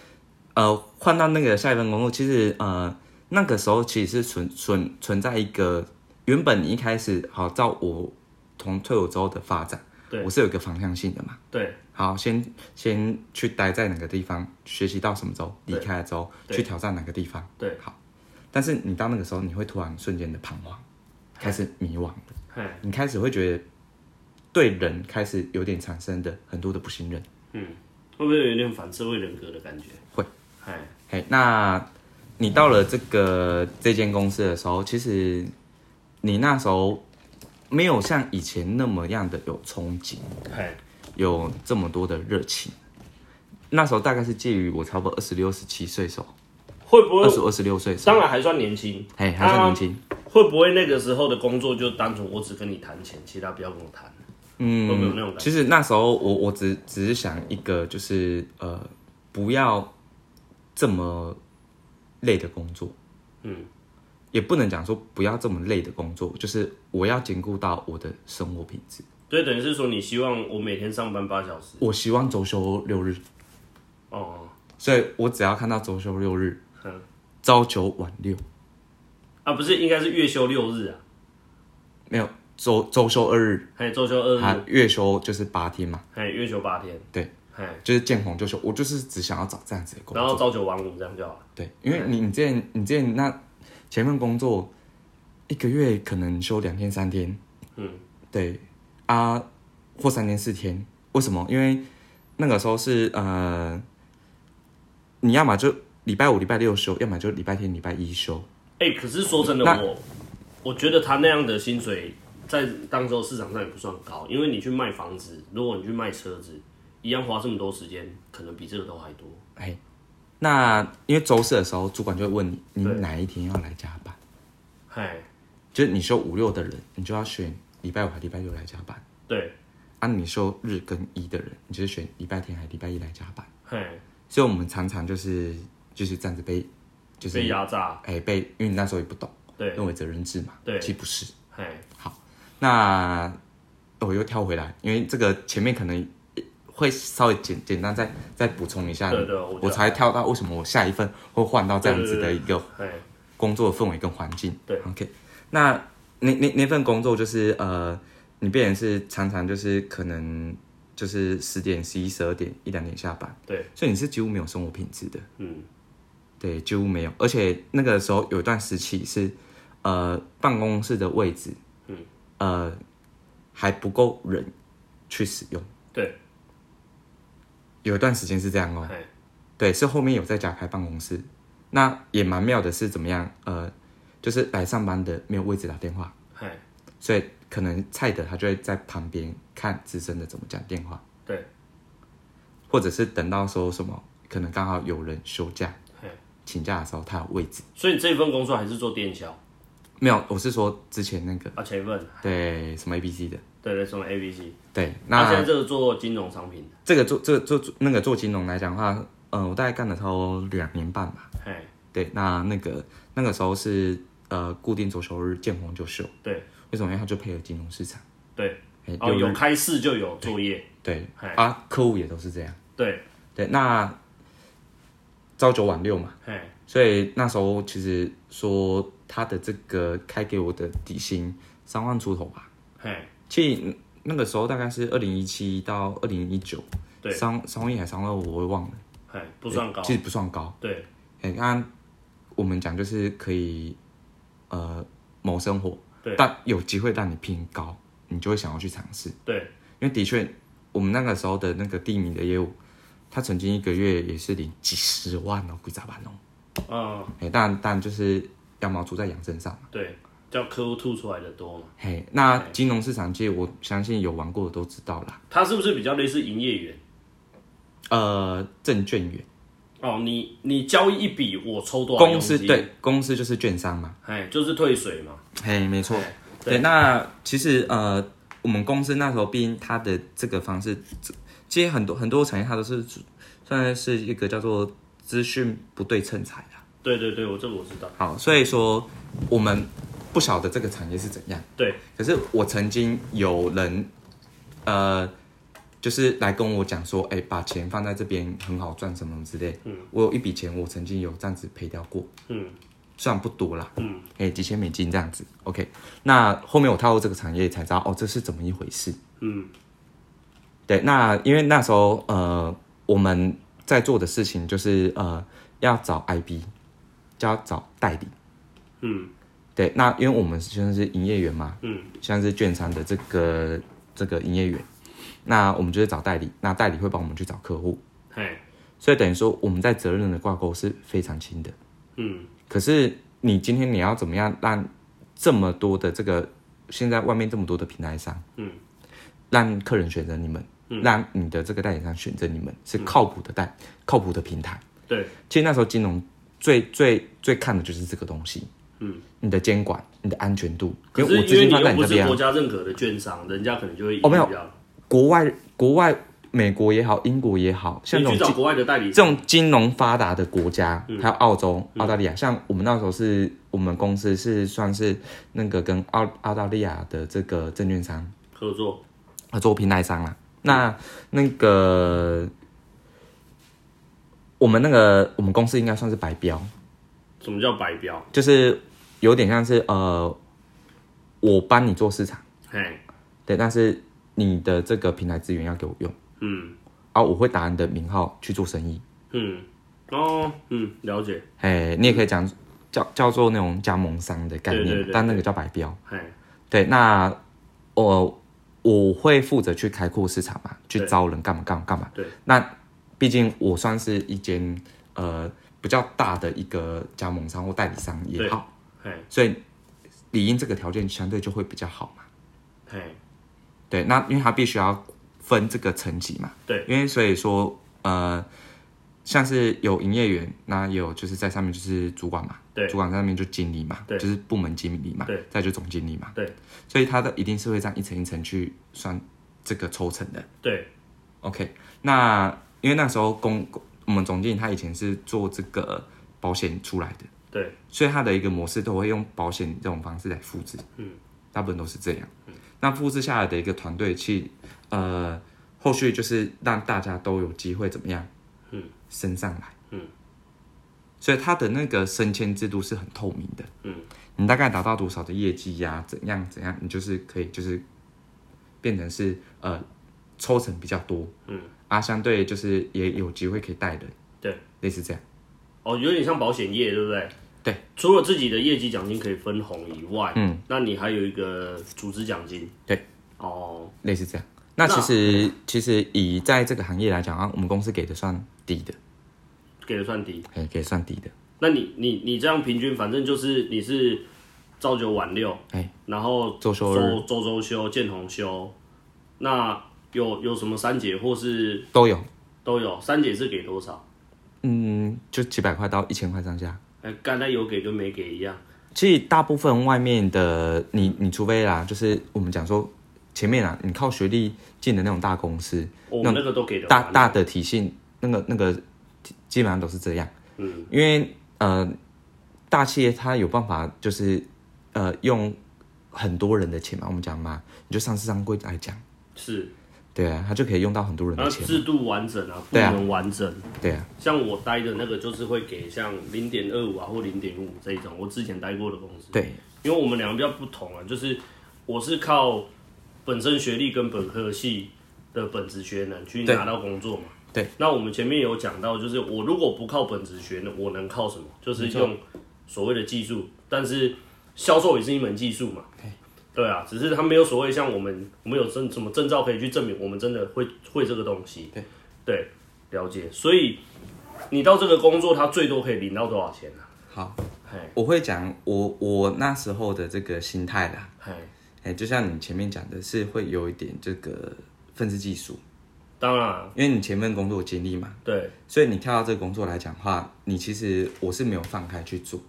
呃，换到那个下一份工作，其实呃，那个时候其实是存存存在一个原本你一开始好，照我从退伍之后的发展，对我是有一个方向性的嘛。对好，先先去待在哪个地方，学习到什么之后，离对开了之后，对去挑战哪个地方。对，但是你到那个时候，你会突然瞬间的彷徨，开始迷惘，哎，你开始会觉得对人开始有点产生的很多的不信任。会不会有点反社会人格的感觉？会，哎，嘿，那你到了这个这间公司的时候，其实你那时候没有像以前那么样的有憧憬，哎，有这么多的热情。那时候大概是介于我差不多二十六、十七岁时候，会不二十会？五、二十六岁时候，当然还算年轻，嘿，还算年轻。会不会那个时候的工作就单纯我只跟你谈钱，其他不要跟我谈？嗯，会不会有那种感觉？其实那时候我我只只是想一个就是呃不要这么累的工作，嗯，也不能讲说不要这么累的工作，就是我要兼顾到我的生活品质。对，等于是说你希望我每天上班八小时，我希望周休六日，哦，所以我只要看到周休六日，嗯朝九晚六，啊，不是，应该是月休六日啊，没有周周休二日，还有周休二他日，月休就是八天嘛，还有月休八天，啊对，哎，就是见红就休。我就是只想要找这样子的工作然。后朝九晚五这样就好了，对，因为你你之前你之前那前份工作，一个月可能休两天三天，嗯，对啊，或三天四天，为什么？因为那个时候是呃，你要么就礼拜五、礼拜六休，要么就礼拜天、礼拜一休。哎、可是说真的，那我我觉得他那样的薪水在当时候市场上也不算高，因为你去卖房子，如果你去卖车子，一样花这么多时间，可能比这个都还多。哎，那因为周四的时候，主管就会问你，你对哪一天要来加班？嗨，就是你休五六的人，你就要选礼拜五还礼拜六来加班。对，啊，你休日跟一的人，你就是选礼拜天还礼拜一来加班。嗨，所以我们常常就是就是这样子被，就是被压榨，哎被，因为你那时候也不懂，对，认为责任制嘛，对其实不是。嗨，那我又跳回来，因为这个前面可能会稍微简简单再再补充一下，对对我知道我才跳到为什么我下一份会换到这样子的一个嗨，工作的氛围跟环境。对，OK，那那那那份工作就是呃，你变成是常常就是可能就是十点、十一、十二点、一两点下班，对，所以你是几乎没有生活品质的，嗯，对，几乎没有。而且那个时候有一段时期是呃，办公室的位置，嗯，呃，还不够人去使用，对，有一段时间是这样哦、嗨，对，是后面有在家开办公室，那也蛮妙的是怎么样？呃，就是来上班的没有位置打电话，嗨，所以可能菜的他就会在旁边看资深的怎么讲电话，对，或者是等到说什么，可能刚好有人休假嘿、请假的时候他有位置。所以这份工作还是做电销没有，我是说之前那个啊，前一份，对什么 A B C 的，对对，什么 A B C，对，那现那在这个做金融商品的，这个做这个做做那个做金融来讲的话，呃，我大概干了差不多两年半吧。嗨，对，那那个那个时候是呃固定周休日见红就休，对为什么？因为它就配合金融市场，对，哎哦，六有日开市就有作业，对嘿啊，客户也都是这样。对，对，那朝九晚六嘛，嗨，所以那时候其实说他的这个开给我的底薪三万出头吧，嗨，其实那个时候大概是二零一七到二零一九，对三三万一还三万二，我会忘了，嗨，不算高，其实不算高。对哎，那我们讲就是可以呃谋生活，对但有机会让你拼高，你就会想要去尝试，对，因为的确我们那个时候的那个地名的业务，他曾经一个月也是领几十万哦，几咋办哦，嗯，哎，但但就是羊毛出在羊身上嘛，对，叫客户吐出来的多嘛。嘿，那金融市场界，我相信有玩过的都知道啦。他是不是比较类似营业员？呃，证券员哦，你你交易一笔，我抽多少公司佣金，对公司就是券商嘛。哎，就是退水嘛。嘿，没错。哎对，那其实呃，我们公司那时候，毕竟它的这个方式，这其实很多很多产业它都是算是一个叫做资讯不对称财啊。对对对，我这个我知道。好，所以说我们不晓得这个产业是怎样。对，可是我曾经有人，呃，就是来跟我讲说，哎、把钱放在这边很好赚什么之类。嗯，我有一笔钱，我曾经有这样子赔掉过。嗯，虽然不多啦，嗯，哎、几千美金这样子。OK，那后面我踏入这个产业才知道，哦，这是怎么一回事。嗯，对，那因为那时候呃，我们在做的事情就是呃，要找 IB，就要找代理。嗯对，那因为我们现在是营业员嘛，嗯，像是券商的这个这个营业员，那我们就是找代理，那代理会帮我们去找客户，哎，所以等于说我们在责任的挂钩是非常轻的。嗯可是你今天你要怎么样让这么多的这个现在外面这么多的平台商，嗯，让客人选择你们，让你的这个代理商选择你们是靠谱的代、靠谱的平台。对，其实那时候金融最最最看的就是这个东西，嗯，你的监管、你的安全度，可我是资因为金你放在又你不这是边啊国，家认可的券商，人家可能就会哦没有疑虑国外国外美国也好，英国也好，像你去这种金找国外的代理这种金融发达的国家，还有澳洲、澳大利亚，像我们那时候是我们公司是算是那个跟澳澳大利亚的这个证券商合作，合作平台商啦。那那个我们那个我们公司应该算是白标，什么叫白标？就是有点像是呃，我帮你做市场，哎，对，但是你的这个平台资源要给我用，嗯啊，我会打你的名号去做生意。嗯，哦，嗯，了解，哎，你也可以讲叫叫做那种加盟商的概念，对对对但那个叫白标。哎，对，那我我会负责去开阔市场嘛，去对招人干嘛干嘛干嘛。对，那毕竟我算是一间呃比较大的一个加盟商或代理商也好，哎所以理应这个条件相对就会比较好嘛。哎，对，那因为他必须要分这个层级嘛。对，因为所以说呃，像是有营业员，那也有就是在上面就是主管嘛，对主管上面就经理嘛，对就是部门经理嘛，对，再就总经理嘛，对，所以他的一定是会这样一层一层去算这个抽成的。对， OK，那因为那时候公我们总经理他以前是做这个保险出来的，对，所以它的一个模式都会用保险这种方式来复制，嗯，大部分都是这样。那复制下来的一个团队去，呃，后续就是让大家都有机会怎么样，嗯，升上来，嗯，所以它的那个升迁制度是很透明的，嗯，你大概达到多少的业绩呀、怎样怎样，你就是可以就是变成是呃抽成比较多，嗯，啊，相对就是也有机会可以带人，对，类似这样，哦，有点像保险业，对不对？对，除了自己的业绩奖金可以分红以外，嗯，那你还有一个组织奖金，对，哦，类似这样。那其实其实以在这个行业来讲啊，我们公司给的算低的，给的算低。哎，给算低的，那你你你这样平均，反正就是你是朝九晚六，哎，然后周休日周周周休、见红休，那有有什么三节或是都有，都有？三节是给多少？嗯，就几百块到一千块上下。哎，刚才有给跟没给一样。其实大部分外面的你，你除非啦，就是我们讲说前面啊，你靠学历进的那种大公司，我们那个都给的大大的体系，那个那个基基本上都是这样。嗯，因为呃，大企业它有办法就是呃用很多人的钱嘛，我们讲嘛，你就上市上柜来讲，是，对啊，它就可以用到很多人然的后钱，制度完整啊，部对啊门完整。对啊，像我待的那个就是会给像零点二五啊或零点五这一种，我之前待过的公司。对，因为我们两个比较不同啊，就是我是靠本身学历跟本科系的本职学能去拿到工作嘛。对。那我们前面有讲到，就是我如果不靠本职学能，我能靠什么？就是用所谓的技术，但是销售也是一门技术嘛。对啊，只是他没有所谓像我们，我们有证什么证照可以去证明我们真的会会这个东西。对对，了解。所以你到这个工作，他最多可以领到多少钱呢、好，啊？嘿，我会讲我我那时候的这个心态啦，嘿，哎，就像你前面讲的是会有一点这个愤世嫉俗，当然啊因为你前面工作经历嘛，对，所以你跳到这个工作来讲的话，你其实我是没有放开去做，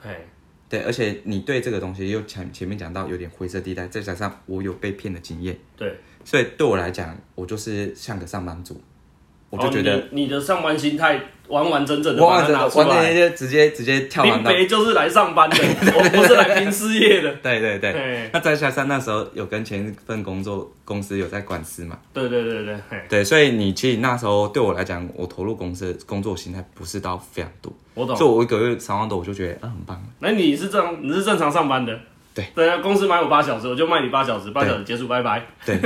嘿，对，而且你对这个东西又前前面讲到有点灰色地带，再加上我有被骗的经验，对，所以对我来讲，我就是像个上班族，我就哦觉得、你你的上班心态完完整整的我把完它整拿的出完来整，的就直接直接跳完林到，北就是来上 [laughs] 班的，我不是来拼事业的。对对对。对那再加上那时候有跟前一份工作公司有在官司嘛，对对对对，嘿，对，所以你其实那时候对我来讲，我投入公司的工作形态不是到非常多，我懂。所以我一个月三万多，我就觉得啊很棒了，那你是正你是正常上班的，对，对啊，公司买我八小时，我就卖你八小时，八小时结束，拜拜。对，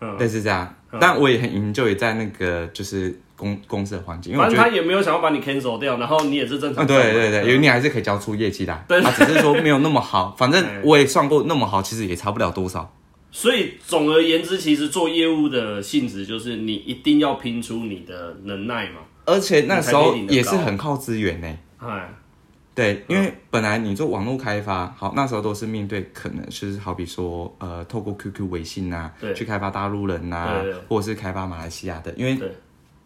嗯类似这样。但我也很营救也在那个就是公公司的环境，因为反我正觉得他也没有想要把你 cancel 掉，然后你也是正啊常上班。对对对，有你还是可以交出业绩的啊，对 [laughs] 啊只是说没有那么好，反正对我也算过那么好，其实也差不了多少。所以总而言之，其实做业务的性质就是你一定要拼出你的能耐嘛。而且那时候你才可以领得也是高嗯很靠资源呢、哎，对，因为本来你做网络开发，好那时候都是面对可能是好比说呃，透过 QQ、微信啊对，去开发大陆人呐、对对或者是开发马来西亚的，因为对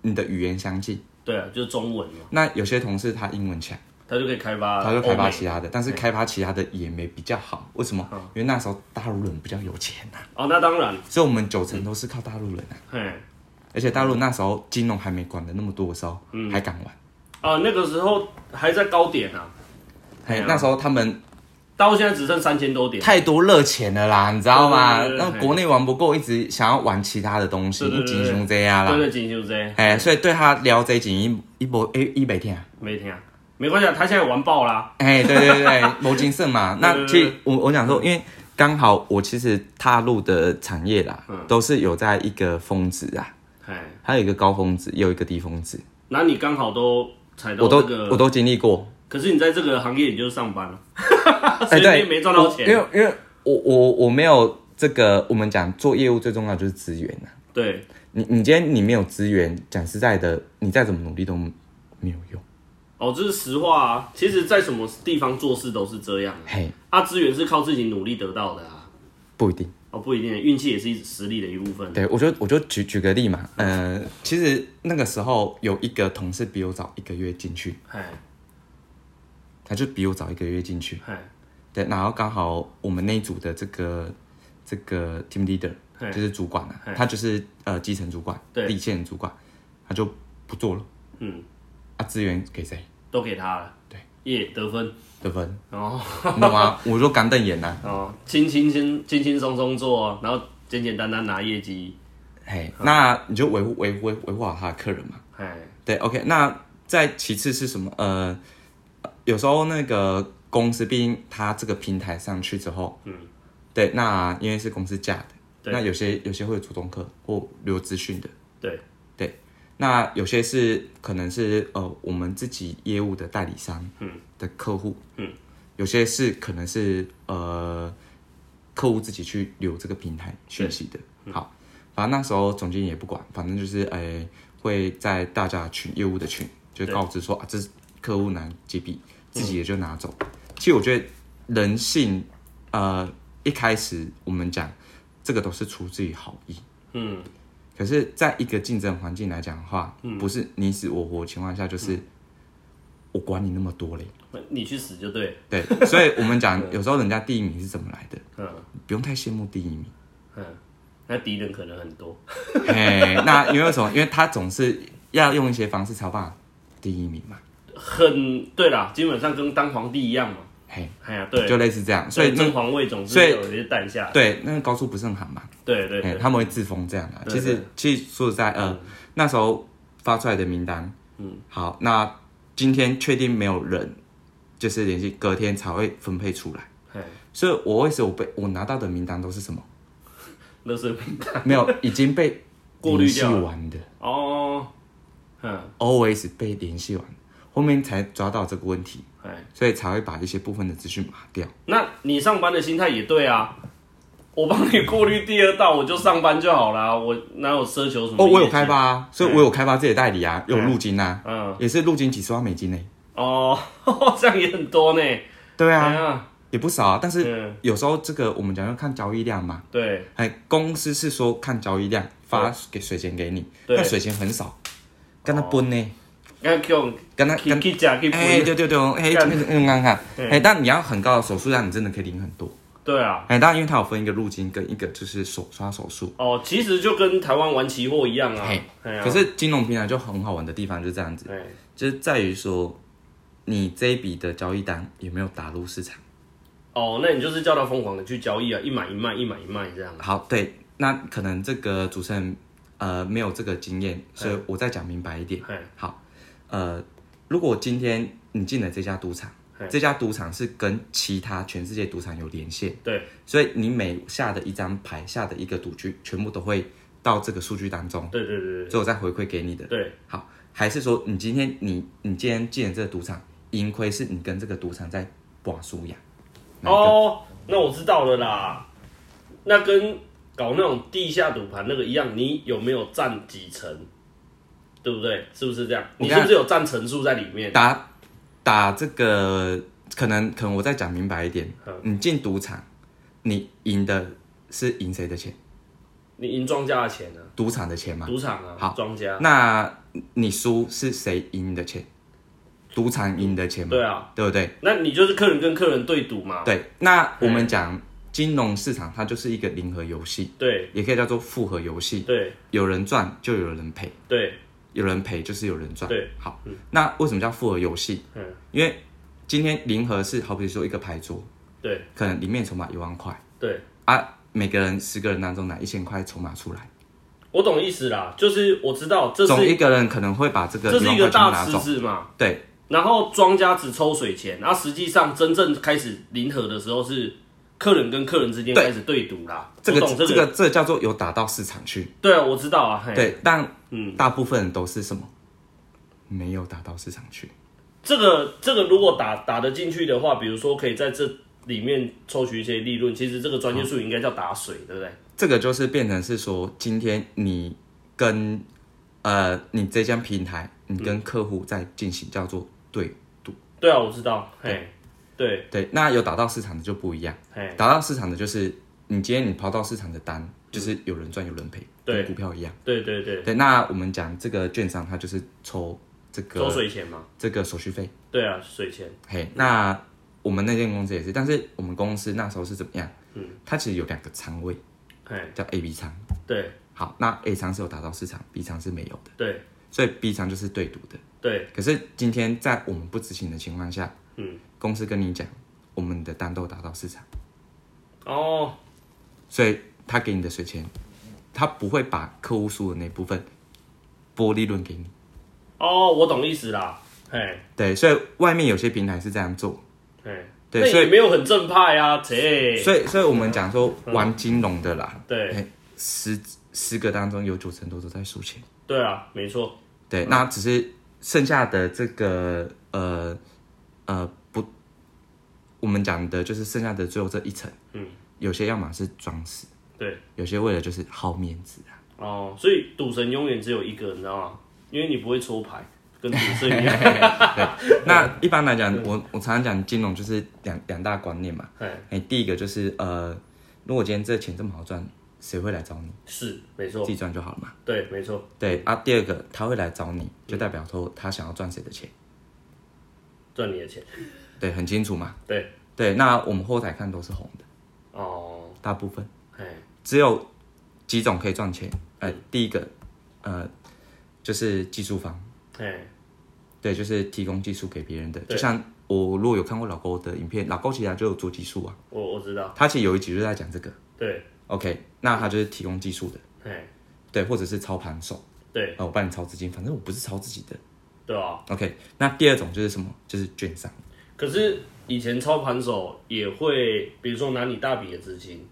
你的语言相近。对啊，就是中文嘛，那有些同事他英文强，他就可以开发，他就开发其他的，但哎是开发其他的也没比较好，为什么？嗯因为那时候大陆人比较有钱呐、哦，那当然，所以我们九嗯成都是靠大陆人啊。嘿。而且大陆那时候金融还没管的那么多的时候，嗯还敢玩。啊，那个时候还在高点啊，嘿对啊，那时候他们到现在只剩三千多点。太多热钱了啦，你知道吗对对？对那对国内玩不够，一直想要玩其他的东西，对对一对锦雄这样对啦。对，金修 Z 哎，所以对他聊这锦一一波哎一百天啊，没听，没关系，啊，他现在玩爆啦。哎，对对 [laughs] 对对，谋金胜嘛。对那对其对实我我想说，因为刚好我其实踏入的产业啦，嗯都是有在一个峰值啊，哎，还有一个高峰值，也有一个低峰值，那你刚好都踩到我都这哦个，我都经历过。可是你在这个行业你就是上班了， [laughs] 所以哎，你对，也没赚到钱。我因为因为我我我没有这个，我们讲做业务最重要就是资源啊。对，你你今天你没有资源，讲实在的，你再怎么努力都没有用。哦，这是实话啊。其实，在什么地方做事都是这样啊嘿，啊，资源是靠自己努力得到的啊。不一定。哦，不一定，运气也是一实力的一部分。对我就我就举举个例嘛，呃，其实那个时候有一个同事比我早一个月进去，哎他就比我早一个月进去。哎对，然后刚好我们那一组的这个这个 team leader 嘿就是主管啊，他就是呃基层主管、对底线主管，他就不做了。嗯，啊，资源给谁都给他了。对，耶，得分。得分？哦你 [laughs] 懂吗？我就干瞪眼啊呐、哦，轻轻轻轻轻松松做，然后简简单单拿业绩。嘿，嗯那你就维护维护维护好他的客人嘛。哎，对，OK，那再其次是什么？呃，有时候那个公司，毕竟它这个平台上去之后，嗯，对，那因为是公司架的，对那有些有些会有主动课或留资讯的，对对，那有些是可能是呃我们自己业务的代理商，嗯，的客户，嗯，有些是可能是呃客户自己去留这个平台讯息的，嗯好，反正那时候总经理也不管，反正就是哎、会在大家群业务的群就告知说啊这是客户拿几笔，自己也就拿走。其实我觉得人性，呃，一开始我们讲这个都是出自于好意。嗯，可是，在一个竞争环境来讲的话，不是你死我活的情况下，就是、我管你那么多嘞。那你去死就对了。对，所以我们讲，有时候人家第一名是怎么来的，嗯不用太羡慕第一名。嗯，那敌人可能很多。嘿，那因为什么？因为他总是要用一些方式才有办法第一名嘛。很对啦，基本上跟当皇帝一样嘛。嘿，哎呀，对，就类似这样。所以那正皇位总是所以哎有一些淡下来。对那个高处不胜寒嘛，对对嘿对，他们会自封这样的。啊对其实对，嗯其实说实在，呃，那时候发出来的名单，嗯，好，那今天确定没有人，就是联系，隔天才会分配出来。哎，所以我为什么被我拿到的名单都是什么？那是名单没有，已经被 [laughs] 过滤联系掉了完的哦。嗯， ，always 被联系完，后面才抓到这个问题，哎，所以才会把一些部分的资讯码掉。那你上班的心态也对啊。我帮你过滤第二道，我就上班就好啦。我哪有奢哦求什么？哦，我有开发。啊，所以我有开发自己的代理啊，有嗯入金啊，嗯，也是入金几十万美金呢、啊、哦， [laughs] 这样也很多呢。对哎啊，呀，也不少啊。但是嗯，有时候这个我们讲要看交易量嘛，对哎，公司是说看交易量发给水钱给你，对哦但水钱很少，跟他分呢，刚用跟他去跟去吃去哎，分，对对对，哎，干嗯，看看，对哎，但你要很高的手术量，你真的可以领很多。对啊。哎，当然，因为它有分一个入金跟一个就是手刷手术。哦，其实就跟台湾玩期货一样啊。嘿哎呀可是金融平台就很好玩的地方就是这样子，哎就是在于说，你这一笔的交易单有没有打入市场？哦，那你就是叫他疯狂的去交易啊，一买一卖，一买一卖这样。好，对，那可能这个主持人呃没有这个经验，所以我再讲明白一点。哎好，呃，如果今天你进了这家赌场嘿，这家赌场是跟其他全世界赌场有连线，对，所以你每下的一张牌下的一个赌局，全部都会到这个数据当中，对对对最后再回馈给你的。对对，好，还是说你今天你你今天进了这个赌场，盈亏是你跟这个赌场在把输呀？哪一个，哦，那我知道了啦。那跟搞那种地下赌盘那个一样，你有没有占几成？对不对？是不是这样？我你跟是不是有占层数在里面？打打这个可能可能我再讲明白一点，你进赌场，你赢的是赢谁的钱？你赢庄家的钱啊，赌场的钱吗？赌场啊好，庄家。那你输是谁赢的钱？赌场赢的钱嘛，对啊，对不对？那你就是客人跟客人对赌嘛。对，那我们讲金融市场，它就是一个零和游戏，对也可以叫做复合游戏，对有人赚就有人赔。对有人赔就是有人赚。对，好，那为什么叫复合游戏？嗯，因为今天零和是好比说一个牌桌，对可能里面筹码一万块对，啊，每个人十个人当中拿一千块筹码出来，我懂意思啦，就是我知道这总是一个人可能会把这个这一是万一个块全部大拿池走。子嘛，对，然后庄家只抽水钱，然后实际上真正开始零和的时候是客人跟客人之间对开始对赌啦。这个我懂这这个这个叫做有打到市场去。对啊，我知道啊。嘿，对，但大部分人都是什么？没有打到市场去。这个这个如果打打得进去的话，比如说可以在这里面抽取一些利润，其实这个专业术语应该叫打水，对不对？这个就是变成是说，今天你跟呃你这家平台，你跟客户在进行叫做对对啊，我知道。嘿，对，对，那有打到市场的就不一样。嘿，打到市场的就是你今天你抛到市场的单，就是有人赚有人赔，对跟股票一样。对对对，对，那我们讲这个券商，它就是抽这抽个水钱嘛。这个手续费。对啊，水钱。嘿，那我们那间公司也是，但是我们公司那时候是怎么样？嗯，它其实有两个仓位，嘿，叫 A、B 仓。对好，那 A 仓是有打到市场，B 仓是没有的，对所以 B 仓就是对赌的。对，可是今天在我们不执行的情况下，嗯，公司跟你讲，我们的单都打到市场。哦，所以他给你的水钱，他不会把客户输的那部分剥利润给你。哦，我懂意思啦。嘿，对，所以外面有些平台是这样做。嘿，对那所也没有很正派啊，切。所以，所以我嗯们讲说玩金融的啦，对哎，十十个当中有九成多都在输钱。对啊，没错。对，那只是剩下的这个呃呃不，我们讲的就是剩下的最后这一层，嗯，有些要么是装死，对，有些为了就是好面子啊。哦，所以赌神永远只有一个，你知道吗？因为你不会搓牌，跟赌 [laughs] 圣一样。 [laughs] 那一般来讲，我我常常讲金融就是两两大观念嘛。哎，哎，第一个就是呃，如果今天这钱这么好赚，谁会来找你？是没自错，己赚就好了嘛。对，没错。对啊，第二个他会来找你，就代表说他想要赚谁的钱，赚你的钱，对，很清楚嘛。对，对，那我们后台看都是红的，哦，大部分哎，只有几种可以赚钱。呃，第一个呃就是技术方，哎，对，就是提供技术给别人的，对就像我如果有看过老高的影片，老高其实他就有做技术啊，我我知道，他其实有一集就在讲这个。对， OK，那他就是提供技术的，哎，对，或者是操盘手，对，啊，我帮你操资金，反正我不是操自己的。对啊。 OK，那第二种就是什么？就是券商。可是以前操盘手也会，比如说拿你大笔的资金，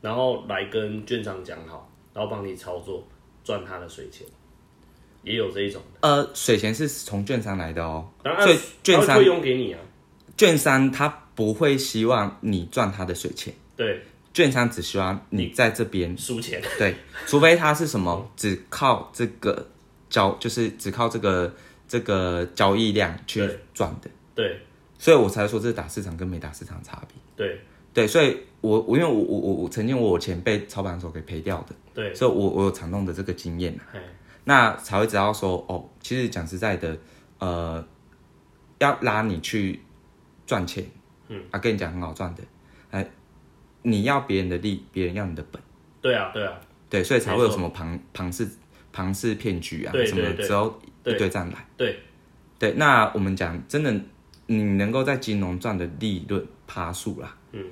然后来跟券商讲好，然后帮你操作，赚他的水钱，也有这一种。呃，水钱是从券商来的哦，然后所以券他商会退佣给你啊，券商他不会希望你赚他的水钱，对，券商只希望你在这边输钱，对，除非他是什么，只靠这个交，就是只靠这个这个交易量去对赚的，对所以我才说这是打市场跟没打市场的差别。对对，所以我我因为我我我我曾经我有钱被操盘手给赔掉的，对，所以我我有惨痛的这个经验啊，哎，那才会知道说哦，其实讲实在的，呃，要拉你去赚钱，嗯，啊，跟你讲很好赚的，哎，你要别人的利，别人要你的本，对啊对啊对，所以才没会有错什么庞庞氏庞氏骗局啊对，什对么对只要一对堆站来，对对，那我们讲真的，你能够在金融赚的利润趴数啦，嗯，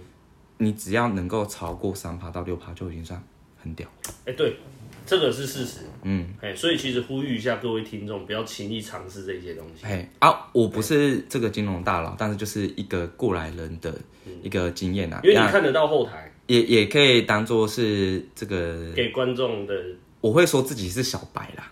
你只要能够超过三趴到六趴就已经算很屌。哎对，这个是事实，嗯，哎，所以其实呼吁一下各位听众，不要轻易尝试这些东西，嘿啊，我不是这个金融大佬，但是就是一个过来人的一个经验啊，嗯因为你那看得到后台，也也可以当做是这个，给观众的我会说自己是小白啦，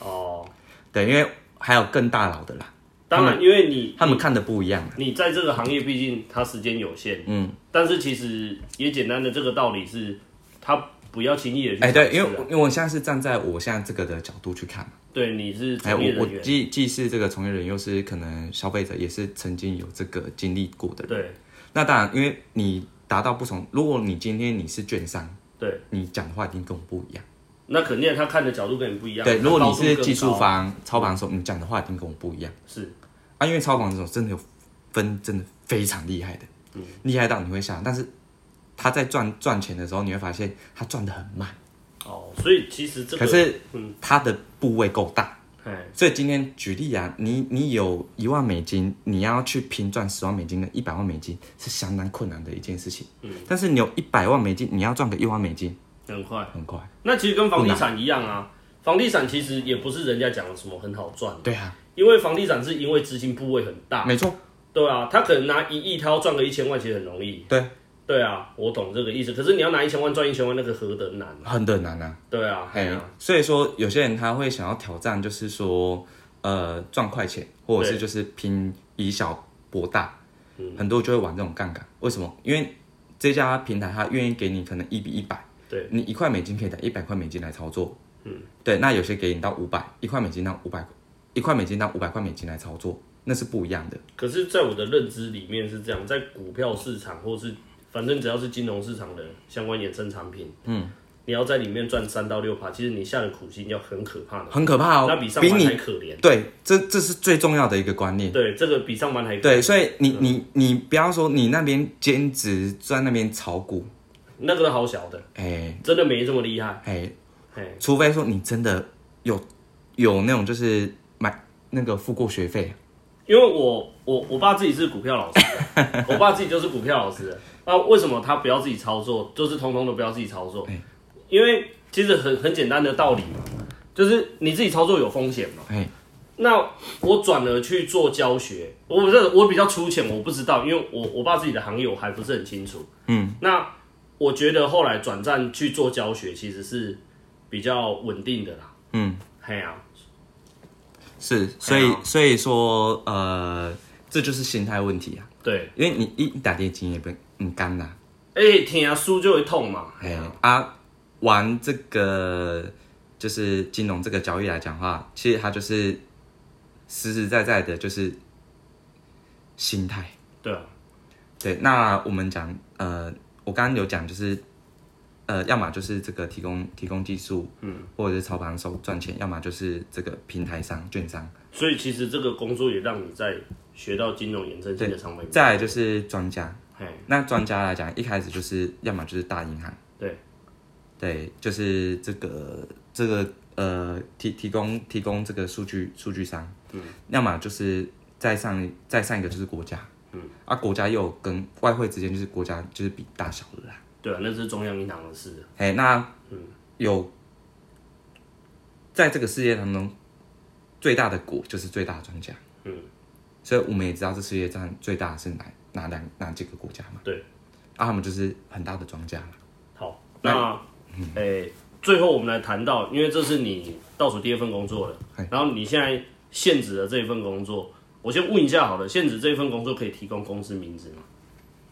哦，对，因为还有更大佬的啦，当然因为你他们看的不一样啊，你在这个行业，毕竟它时间有限，嗯，但是其实也简单的这个道理是，他不要轻易的去哎、尝试啊、对，因为因为我现在是站在我现在这个的角度去看嘛，对你是哎、从业我我人员，既既是这个从业人，又是可能消费者，也是曾经有这个经历过的人，对那当然，因为你达到不同，如果你今天你是券商，对，你讲的话一定跟我不一样。那肯定他看的角度跟你不一样，对，如果你高是度更技术高方、操盘手，你讲的话一定跟我不一样是啊。因为操盘手真的有分，真的非常厉害的，嗯厉害到你会想，但是他在赚赚钱的时候，你会发现他赚的很慢，哦，所以其实这个可是嗯，他的部位够大。哎所以今天举例啊，你你有一万美金，你要去拼赚十万美金跟一百万美金是相当困难的一件事情。嗯，但是你有一百万美金，你要赚个一万美金很快，很快。那其实跟房地产一样啊，房地产其实也不是人家讲的什么很好赚，对啊，因为房地产是因为资金部位很大，没错，对啊，他可能拿一亿，他要赚个一千万，其实很容易。对，对啊，我懂这个意思。可是你要拿一千万赚一千万，那个何等难。很的难啊。对啊，哎哎、呀，所以说有些人他会想要挑战，就是说，呃，赚快钱，或者是对就是拼以小博大，嗯很多就会玩这种杠杆。为什么？因为这家平台他愿意给你可能一比一百，对，你一块美金可以打一百块美金来操作，嗯，对，那有些给你到五百，一块美金到五百，一块美金到五百块美金来操作，那是不一样的。可是在我的认知里面是这样，在股票市场或是反正只要是金融市场的相关衍生产品，嗯，你要在里面赚三到六趴，其实你下的苦心要很可怕的，很可怕哦，嗯那比上班还你可怜。对，这这是最重要的一个观念。对，嗯这个比上班还可对，所以你你你不要说你那边兼职在那边炒股，那个好小的，哎、真的没这么厉害。哎，哎，除非说你真的有有那种就是买那个付过学费，因为我我我爸自己是股票老师 [laughs] 的，我爸自己就是股票老师的。那为什么他不要自己操作？就是通通都不要自己操哎作，因为其实很很简单的道理嘛，就是你自己操作有风险嘛。哎，那我转而去做教学，我不是我比较粗浅，我不知道，因为我我爸自己的行业我还不是很清楚。嗯，那我觉得后来转战去做教学其实是比较稳定的啦。嗯，嘿啊呀、是，所以所以说呃，这就是心态问题啊，对，因为你一一打电竞也不你干啦，哎、听啊输就会痛嘛。哎啊，玩这个就是金融这个交易来讲的话，其实它就是实实在在的，就是心态。对啊，对，那我们讲，呃，我刚刚有讲就是，呃，要么就是这个提供提供技术，嗯，或者是操盘手赚钱，要么就是这个平台商、券商，所以其实这个工作也让你在学到金融衍生性的商品。再来就是专家。嘿，那专家来讲，一开始就是要么就是大银行，对，对，就是这个这个呃提提供提供这个数据数据商，嗯，要么就是再上再上一个就是国家，嗯，啊，国家又有跟外汇之间就是国家就是比大小了啦。对啊，那是中央银行的事。哎，那有在这个世界当中最大的国就是最大的专家，嗯，所以我们也知道这世界上最大的是哪哪两哪几个国家嘛，对，啊，他们就是很大的庄家啦好，那诶、最后我们来谈到，因为这是你倒数第二份工作了，然后你现在现职的这一份工作，我先问一下好了，现职这一份工作可以提供公司名字吗？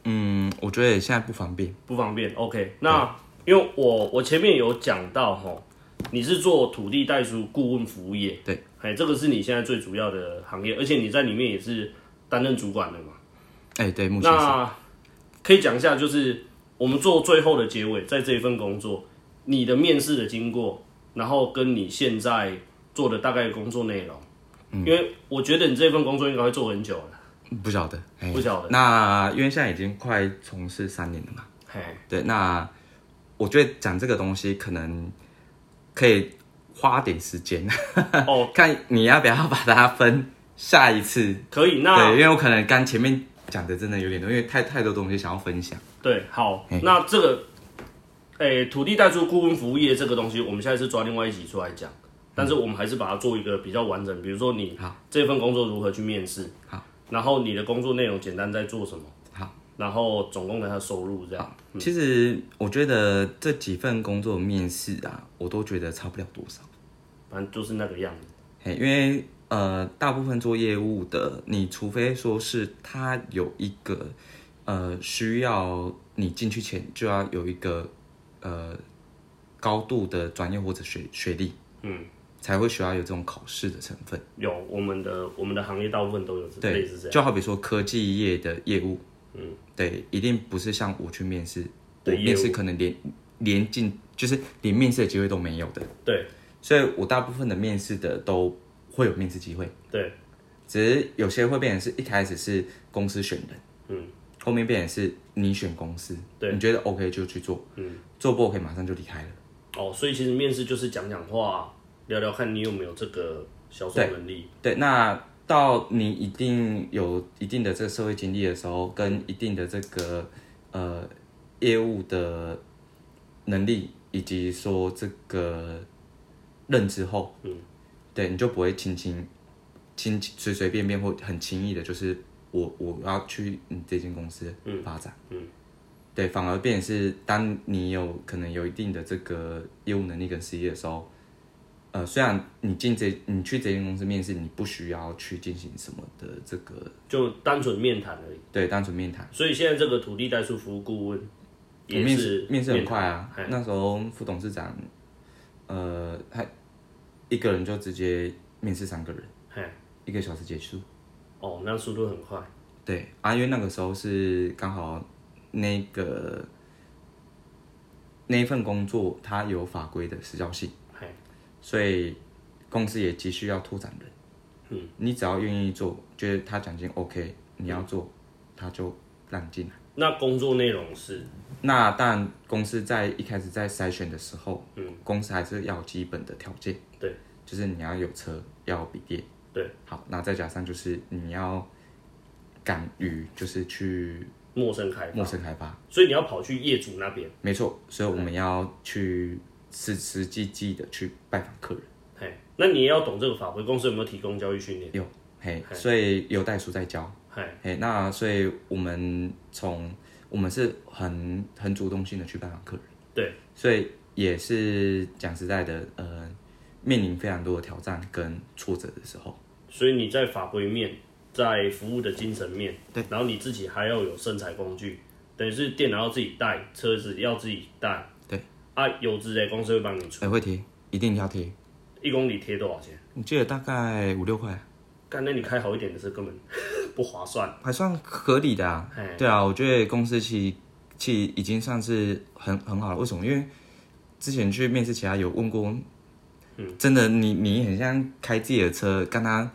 嗯，我觉得现在不方便，不方便。OK，那因为我我前面有讲到哈，你是做土地代书顾问服务业，对，哎，这个是你现在最主要的行业，而且你在里面也是担任主管的嘛。哎、对，目前是那可以讲一下，就是我们做最后的结尾，在这一份工作，你的面试的经过，然后跟你现在做的大概工作内容，因为我觉得你这份工作应该会做很久了，不晓得，哎不晓得那因为现在已经快从事三年了嘛，嘿，对，那我觉得讲这个东西可能可以花点时间，哦， [laughs] 看你要不要把它分下一次。可以，那对，因为我可能刚前面讲的真的有点多，因为太太多东西想要分享。对，好嘿，那这个，诶、土地代租顾问服务业这个东西，我们下一次抓另外一集出来讲，但是我们还是把它做一个比较完整，比如说你好这份工作如何去面试，好，然后你的工作内容简单在做什么，好，然后总共的他的收入这样，其实我觉得这几份工作面试啊，我都觉得差不了多少。反正就是那个样子，嘿，因为呃，大部分做业务的，你除非说是他有一个呃需要你进去前就要有一个呃高度的专业或者学学历，嗯，才会需要有这种考试的成分。有我们的我们的行业大部分都有类对似这，样就好比说科技业的业务，嗯，对，一定不是像我去面试，我的业面试可能连连进就是连面试的机会都没有的，对所以我大部分的面试的都会有面试机会。对，只是有些会变成是一开始是公司选人，嗯，后面变成是你选公司，对你觉得 OK 就去做，嗯，做不 OK 马上就离开了，哦，所以其实面试就是讲讲话，聊聊看你有没有这个销售能力，对，那到你一定有一定的这个社会经历的时候，跟一定的这个呃业务的能力，以及说这个认知后，嗯，对，你就不会轻轻轻轻随随便便或很轻易的，就是我我要去你这间公司发展，嗯。对，反而变成是当你有可能有一定的这个业务能力跟实力的时候，呃，虽然你进这你去这间公司面试，你不需要去进行什么的这个就单纯面谈而已。对单纯面谈，所以现在这个土地代数服务顾问我也面是面试很快啊嘿。那时候副董事长，呃，他一个人就直接面试三个人，嘿，一个小时结束。哦，那速度很快，对，啊，因为那个时候是刚好那个那一份工作它有法规的时效性，嘿，所以公司也急需要拓展人。嗯，你只要愿意做，觉得他奖金 OK，你要做，他就让你进来。那工作内容是，那当然，公司在一开始在筛选的时候，嗯，公司还是要有基本的条件，对，就是你要有车，要有笔电，对，好，那再加上就是你要敢于就是去陌生开陌发，生开发，所以你要跑去业主那边，没错，所以我们要去实实际际的去拜访客人，嘿，那你也要懂这个法规，公司有没有提供教育训练？有，嘿，所以有代书在教。嘿，哎，那所以我们从我们是很很主动性的去拜访客人，对，所以也是讲实在的，呃，面临非常多的挑战跟挫折的时候，所以你在法规面，在服务的精神面，对，然后你自己还要有生产工具，等于是电脑要自己带，车子要自己带，对，啊，油资的公司会帮你出，哎，会贴，一定要贴，一公里贴多少钱？我记得大概五六块，干，那你开好一点的车根本 [laughs] 不划算，还算合理的啊哎，对啊，我觉得公司其实其实已经算是很很好了，为什么？因为之前去面试其他有问过，真的你你很像开自己的车，跟他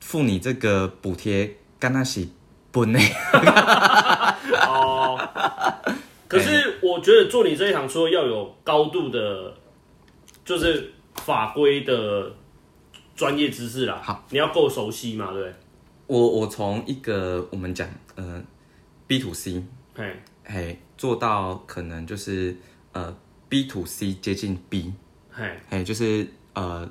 付你这个补贴，跟他洗本呢。 [laughs] 可哎是我觉得做你这一行，除了要有高度的，就是法规的专业知识啦，好，你要够熟悉嘛，对不我我从一个我们讲呃 B to C，对？哎，嘿，做到可能就是呃 B to C 接近 B，哎，嘿，就是呃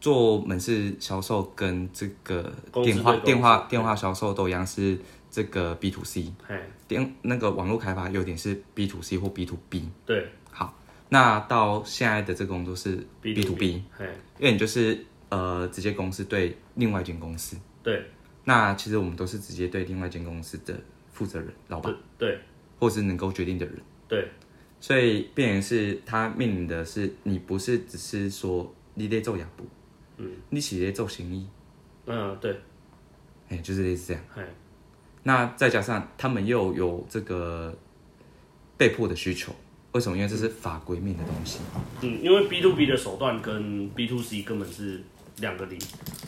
做门市销售跟这个公司电话对公司电话嗯电话销售都一样是这个 B to C，哎，电那个网络开发有点是 B to C 或 B to B。对好，那到现在的这个工作是 B to B，哎，因为你就是呃直接公司对另外一间公司，对那其实我们都是直接对另外一间公司的负责人、老板对对或是能够决定的人，对，所以变成是他面临的是，你不是只是说你在做业务，嗯，你是在做生意，嗯，对，哎、就是类似这样。哎，那再加上他们又有这个被迫的需求，为什么？因为这是法规面的东西。嗯，因为 B to B 的手段跟 B to C 根本是两个零，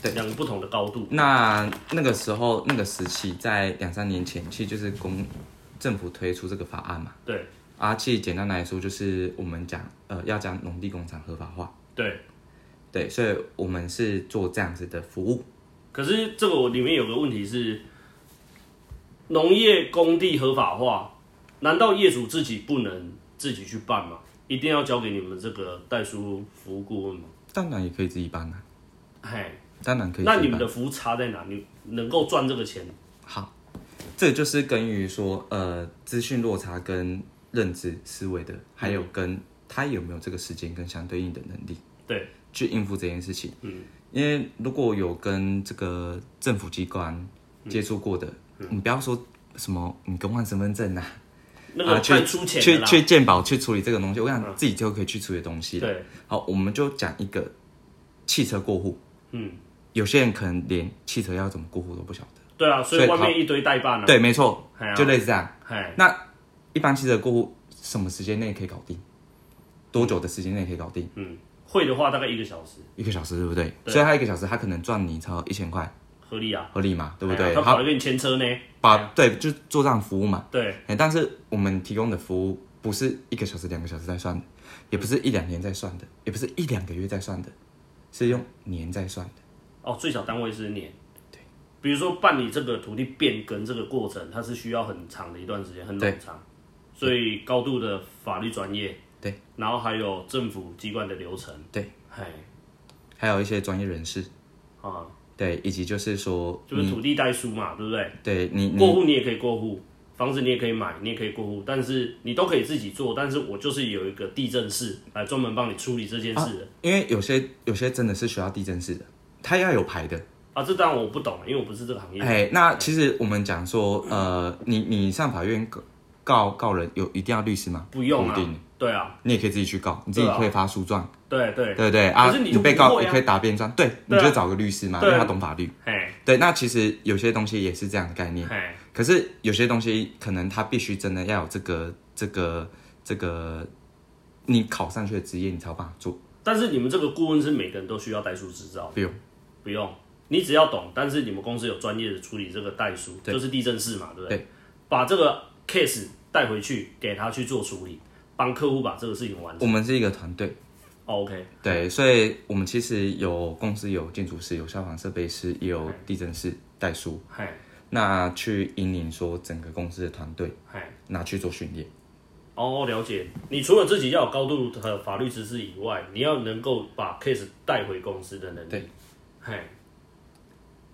对两个不同的高度。那那个时候那个时期，在两三年前，其实就是公政府推出这个法案嘛。对啊，其实简单来说，就是我们讲呃要将农地工厂合法化，对，对，所以我们是做这样子的服务。可是这个我里面有个问题是，农业工地合法化，难道业主自己不能自己去办吗？一定要交给你们这个代书服务顾问吗？当然也可以自己办啊，嘿，当然可以自己哎那办。你们的服务差在哪？你能够赚这个钱？好，这就是根于说，呃，资讯落差跟认知思维的，还有跟他有没有这个时间跟相对应的能力对，去应付这件事情。嗯，因为如果有跟这个政府机关接触过的，嗯你不要说什么你更换身份证啊，那个啊去太出钱去的啦。嗯去鉴宝去处理这个东西，我想自己就可以去处理的东西了。对，好，我们就讲一个汽车过户，嗯，有些人可能连汽车要怎么过户都不晓得。对啊，所以所外以面一堆代办啊。对，没错哎呀，就类似这样。嘿，那一般汽车过户什么时间内可以搞定？多久的时间内可以搞定？嗯，会的话大概一个小时，一个小时，对不对？对所以他一个小时，他可能赚你超一千块，合理啊，合理嘛？对不哎对？呀他跑他来给你牵车呢。把对，就做这样服务嘛。对，哎，但是我们提供的服务不是一个小时、两个小时在算的，也不是一两年在算的，也不是一两个月在算的，是用年在算的。哦，最小单位是年。比如说办理这个土地变更这个过程，它是需要很长的一段时间，很冗长，所以高度的法律专业，对，然后还有政府机关的流程，对，嘿，还有一些专业人士，啊，对，以及就是说，就是土地代书嘛，嗯对不对？对你过你户你也可以过户，房子你也可以买，你也可以过户，但是你都可以自己做，但是我就是有一个地震室来专门帮你处理这件事的因为有些有些真的是需要地震式的，他要有牌的。啊这当然我不懂，因为我不是这个行业，哎，那其实我们讲说，呃，你你上法院告告告人，有一定要律师吗？不用啊一定，对啊，你也可以自己去告，你自己对啊可以发诉状，对对，对不对啊？可是你就被不告会啊也可以答辩状，对，你对啊就找个律师嘛，对因啊为他懂法律。嘿，对，那其实有些东西也是这样的概念，嘿，可是有些东西可能他必须真的要有这个这个这个，你考上去的职业，你才有办法做。但是你们这个顾问是每个人都需要代书执照，不用，不用，你只要懂，但是你们公司有专业的处理这个代书，就是地震室嘛，对不对？对把这个 case 带回去给他去做处理，帮客户把这个事情完成。我们是一个团队。哦 OK，对，所以我们其实有公司有建筑师，有消防设备师，也有地震师代书，嘿，那去引领说整个公司的团队，嘿。拿去做训练。哦，了解。你除了自己要有高度的法律知识以外，你要能够把 case 带回公司的能力。对，嘿，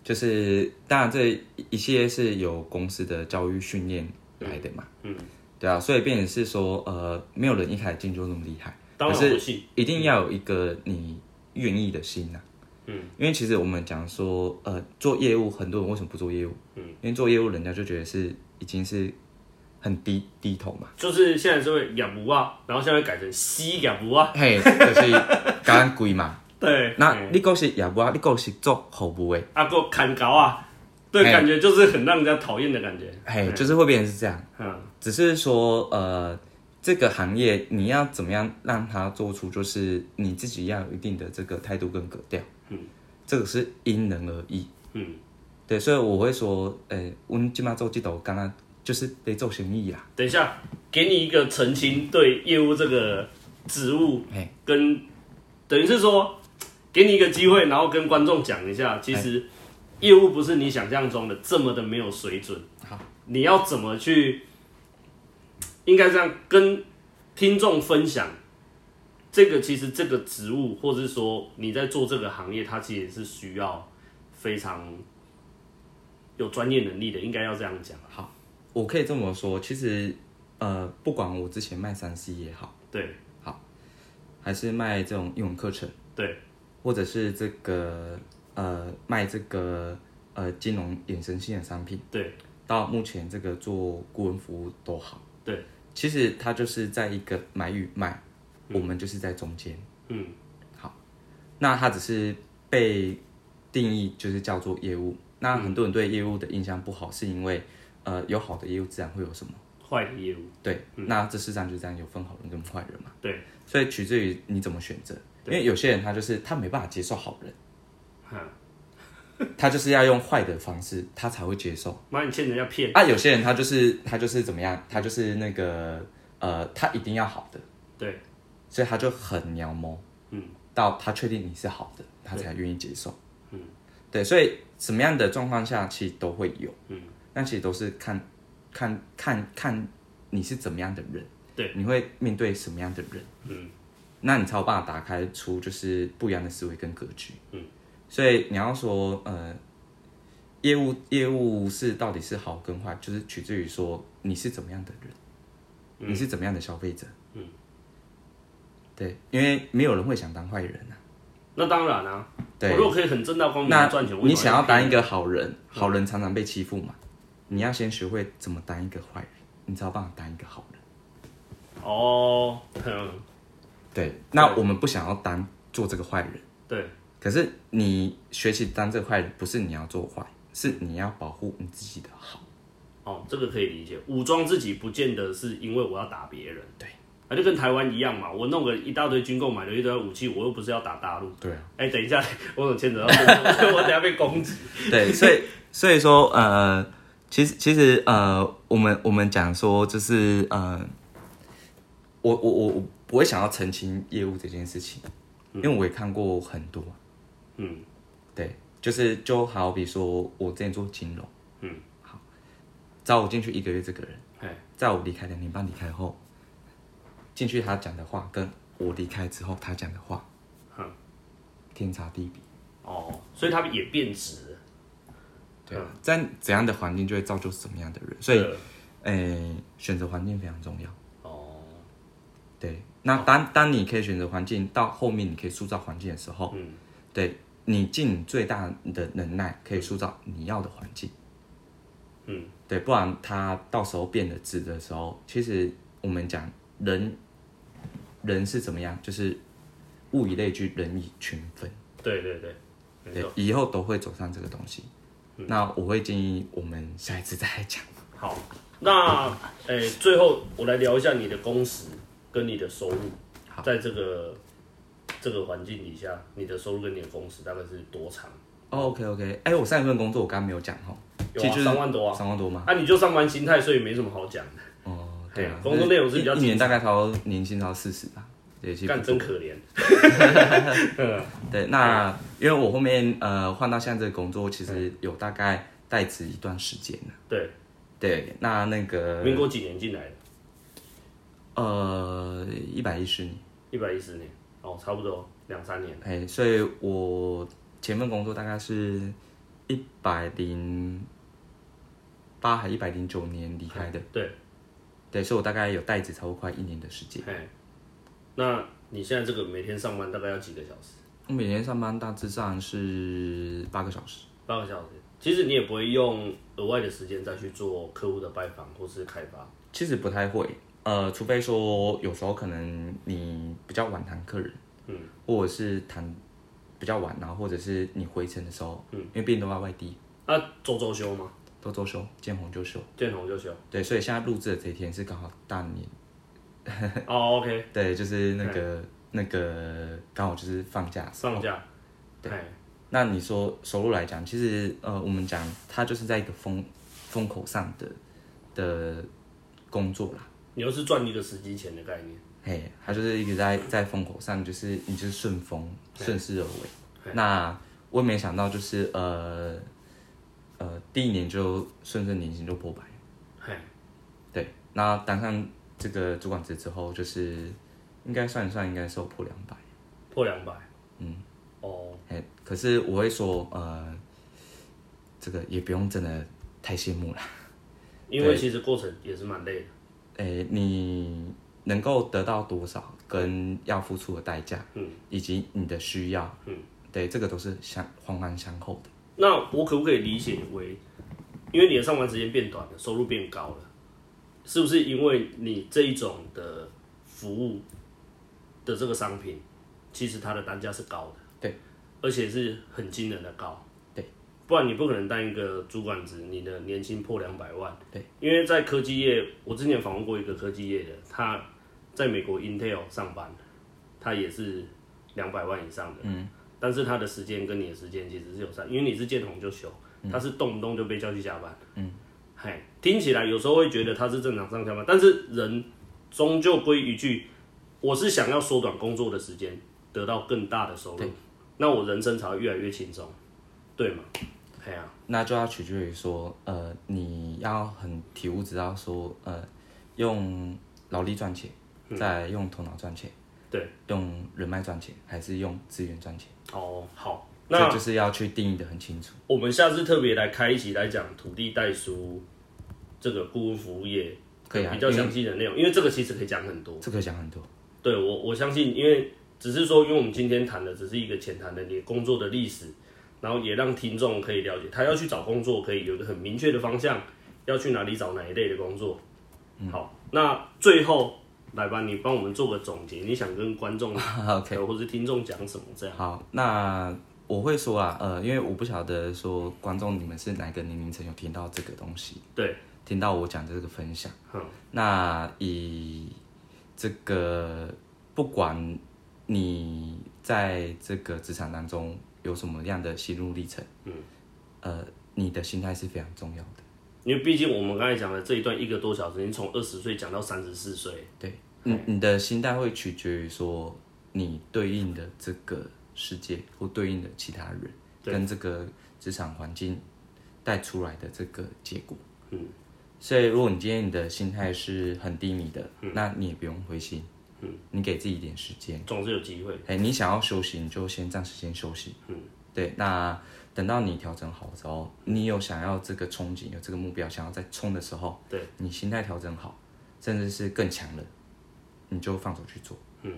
就是当然这一系列是由公司的教育训练来的嘛，嗯，对啊，所以变成是说，呃，没有人一开始进就那么厉害，当哎可然是不信。一定要有一个你愿意的心呐、嗯，因为其实我们讲说，呃，做业务很多人为什么不做业务？嗯，因为做业务人家就觉得是已经是很低低头嘛。就是现在是会养不啊，然后现在改成西养不啊。嘿，就是干贵 [laughs] 嘛。对，那你够是业务啊，你够是做服务的，啊，够砍高啊，对，嘿感觉就是很让人家讨厌的感觉。嘿，就是会变成是这样。嗯，只是说，呃，这个行业你要怎么样让它做出，就是你自己要有一定的这个态度跟格调。嗯，这个是因人而异。嗯，对，所以我会说，呃，我们今嘛做这头，刚刚就是得做生意啊啦。等一下，给你一个澄清，对业务这个职务嘿，跟等于是说，给你一个机会，然后跟观众讲一下，其实业务不是你想象中的这么的没有水准。好，你要怎么去？应该这样跟听众分享，这个其实这个职务，或者是说你在做这个行业，它其实是需要非常有专业能力的，应该要这样讲。我可以这么说，其实，呃，不管我之前卖三 C 也好，对还是卖这种英文课程。对，或者是这个呃卖这个呃金融衍生性的商品，对到目前这个做顾问服务都好，对，其实它就是在一个买与卖，我们就是在中间。嗯，好，那它只是被定义就是叫做业务。那嗯很多人对业务的印象不好，是因为呃有好的业务，自然会有什么？坏的业务，嗯对，那这世上就这样有分好人跟坏人嘛。对，所以取决于你怎么选择。因为有些人他就是他没办法接受好人，他就是要用坏的方式，他才会接受。妈，你欠人家骗，啊，有些人他就是他就是怎么样，他就是那个呃，他一定要好的，对，所以他就很鸟摸，嗯，到他确定你是好的，他才愿意接受，嗯，对，所以什么样的状况下其实都会有，嗯，那其实都是看看看看你是怎么样的人，对，你会面对什么样的人，嗯，那你才有办法打开出就是不一样的思维跟格局，嗯，所以你要说呃。业务业务是到底是好跟坏，就是取决于说你是怎么样的人，嗯你是怎么样的消费者。嗯，对，因为没有人会想当坏人啊。那当然啊，我对，如果可以很正大光明那的赚钱，我你为什么想要骗嗯当一个好人，好人常常被欺负嘛，你要先学会怎么当一个坏人，你才有办法当一个好人。哦， [laughs] 嗯，对，那我们不想要当做这个坏人，对，可是你学习当这个坏人，不是你要做坏，是你要保护你自己的好。哦，这个可以理解。武装自己不见得是因为我要打别人，对，那就跟台湾一样嘛，我弄个一大堆军购，买了一堆武器，我又不是要打大陆。对啊。哎、等一下， [laughs] 我有 [laughs] 牵扯到这个，所以我等一下被攻击。对，所以所以说呃，其实其实呃，我们我们讲说就是呃，我我我我不会想要澄清业务这件事情，因为我也看过很多，嗯，对，就是就好比说我之前做金融，嗯，好，招我进去一个月这个人，哎，在我离开两年半离开后，进去他讲的话跟我离开之后他讲的话，哼天差地别。哦，所以他们也变质了。对嗯啊，在怎样的环境就会造就什么样的人，所以对诶、选择环境非常重要。哦，对，那当当你可以选择环境，到后面你可以塑造环境的时候，嗯，对你尽你最大的能耐，可以塑造你要的环境。嗯，对，不然他到时候变得质的时候，其实我们讲人，人是怎么样，就是物以类聚，人以群分。对对对，没对错。，嗯以后都会走上这个东西。那我会建议我们下一次再来讲。好，那诶、最后我来聊一下你的工时跟你的收入，在这个这个环境底下，你的收入跟你的工时大概是多长？ OK OK，哎、我上一份工作我刚刚没有讲哈，有其啊，实就是三万多啊。三万多吗？啊，你就上班心态，所以没什么好讲的。哦，对啊，工作内容是比较一一年大概超年薪超四十吧，对，其实干不错真可怜。对。那因为我后面呃换到现在这个工作，其实有大概代职一段时间了。对，对，那那个民国几年进来的？呃一百一十年，一百一十年，哦，差不多两三年。哎，所以我前份工作大概是一百零八还一百零九年离开的，对，对，所以我大概有代职超过快一年的时间。哎，那你现在这个每天上班大概要几个小时？我每天上班大致上是八个小时。八个小时。其实你也不会用额外的时间再去做客户的拜访或是开发。其实不太会，呃，除非说有时候可能你比较晚谈客人，嗯，或者是谈比较晚，然后或者是你回程的时候，嗯，因为毕竟都在外地，那、啊周周休吗？都周休，见红就休，见红 [laughs] 就休。对，所以现在录制的这一天是刚好大年，哦，OK，对，就是那个那个刚好就是放假。上架。对，那你说收入来讲，其实呃，我们讲它就是在一个风风口上的的工作啦。你又是赚一个时机钱的概念。嘿，他就是一直在在风口上，就是你就是顺风顺势而为。那我也没想到，就是呃呃，第一年就顺顺年薪就破百。嘿，对，那当上这个主管职之后，就是应该算一算，应该是有破两百。破两百。嗯。哦，哎，可是我会说，呃，这个也不用真的太羡慕了。因为其实过程也是蛮累的。诶，你能够得到多少，跟要付出的代价，嗯，以及你的需要，嗯，对，这个都是相环环相扣的。那我可不可以理解为，因为你的上班时间变短了，收入变高了，是不是因为你这一种的服务的这个商品，其实它的单价是高的，对，而且是很惊人的高，对，不然你不可能当一个主管职，你的年薪破两百万，对，因为在科技业，我之前访问过一个科技业的，他在美国 Intel 上班，他也是两百万以上的，嗯，但是他的时间跟你的时间其实是有差，因为你是见红就休，嗯他是动不动就被叫去加班。嘿，听起来有时候会觉得他是正常上下班，但是人终究归一句，我是想要缩短工作的时间，得到更大的收入，那我人生才会越来越轻松，对吗？嘿啊，那就要取决于说，呃，你要很体悟知道说，呃，用劳力赚钱，再用头脑赚钱，嗯对，用人脉赚钱，还是用资源赚钱？哦，好，这那就是要去定义的很清楚。我们下次特别来开一集来讲土地代书这个顾问服务业可以啊，比较因为详细的内容，因为这个其实可以讲很多。这个讲很多。对我我相信，因为只是说，因为我们今天谈的只是一个浅谈的你工作的历史，然后也让听众可以了解，他要去找工作可以有一个很明确的方向，要去哪里找哪一类的工作。好，那最后来吧，你帮我们做个总结，你想跟观 [laughs] 众 OK，或是听众讲什么？这样好，那我会说啦，呃，因为我不晓得说观众你们是哪个年龄层有听到这个东西，对，听到我讲这个分享。嗯，那以这个不管你在这个职场当中有什么样的心路历程，嗯，呃，你的心态是非常重要的。因为毕竟我们刚才讲的这一段一个多小时，你从二十岁讲到三十四岁，对，你你的心态会取决于说你对应的这个世界或对应的其他人，对跟这个职场环境带出来的这个结果。嗯，所以如果你今天你的心态是很低迷的，那你也不用灰心，嗯，你给自己一点时间。总是有机会。哎、你想要休息，你就先暂时先休息。嗯，对。那等到你调整好之后，你有想要这个憧憬，有这个目标，想要再冲的时候，对，你心态调整好，甚至是更强了，你就放手去做。嗯，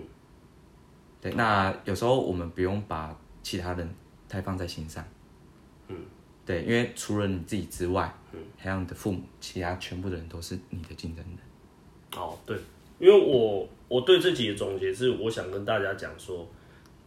对。那有时候我们不用把其他人太放在心上。嗯，对，因为除了你自己之外，嗯，还有你的父母，其他全部的人都是你的竞争人。哦，对，因为我我对自己的总结是，我想跟大家讲说，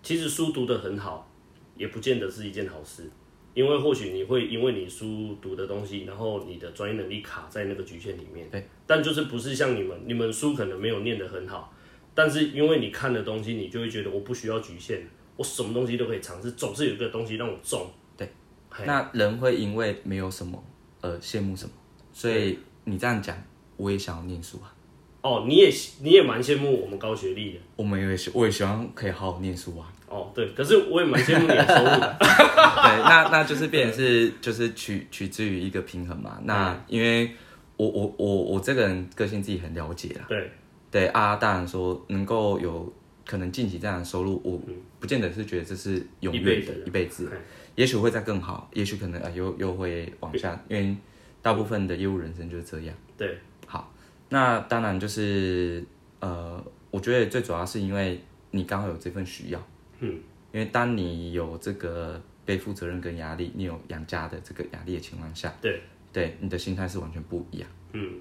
其实书读得很好，也不见得是一件好事，因为或许你会因为你书读的东西，然后你的专业能力卡在那个局限里面。对，但就是不是像你们，你们书可能没有念得很好，但是因为你看的东西，你就会觉得我不需要局限，我什么东西都可以尝试，总是有一个东西让我中。对嘿，那人会因为没有什么而羡慕什么，所以你这样讲，我也想要念书啊。哦，你也你也蛮羡慕我们高学历的。我们也希，我也希望可以好好念书啊。 [laughs] 哦，对，可是我也蛮羡慕你的收入的。对，那那就是变成是就是取取之于一个平衡嘛。那因为我我我我这个人个性自己很了解啦，对，对啊，当然说能够有可能近期这样的收入，我不见得是觉得这是永嗯一辈远子的的一辈子嘿，也许会再更好，也许可能啊、呃又又会往下，因为大部分的业务人生就是这样。对，好，那当然就是呃，我觉得最主要是因为你刚好有这份需要，嗯，因为当你有这个背负责任跟压力，你有养家的这个压力的情况下，对，对你的心态是完全不一样。嗯。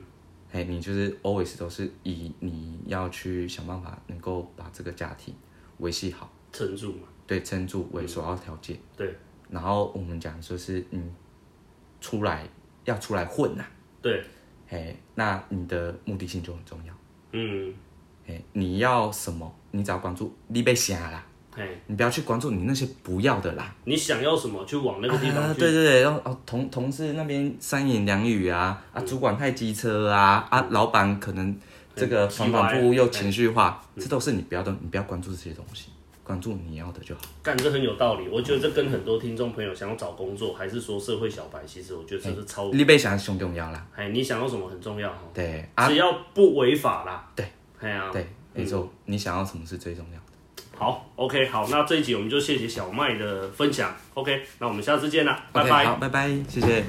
哎，你就是 always 都是以你要去想办法能够把这个家庭维系好，撑住嘛。对，撑住为首要条件。对然后我们讲说是你出来要出来混呐、对，哎，那你的目的性就很重要。嗯，哎，你要什么？你只要关注你被瞎啦，哎，你不要去关注你那些不要的啦。你想要什么，去往那个地啊方去。对对对，然后哦，同同事那边三言两语啊，啊，嗯主管太机车啊，啊，老板可能这个嗯反反复复又情绪化，嗯这都是你不要的，你不要关注这些东西，关注你要的就好。干这很有道理，我觉得这跟很多听众朋友想要找工作，还是说社会小白，其实我觉得这是超，你被想胸重要啦，哎，你想要什么很重要哦，对啊只，要不违法啦。对，哎呀，对，没错，你想要什么是最重要的。好，OK，好，那这一集我们就谢谢小麦的分享，OK，那我们下次见啦，拜 OK，拜。好，拜拜，谢谢。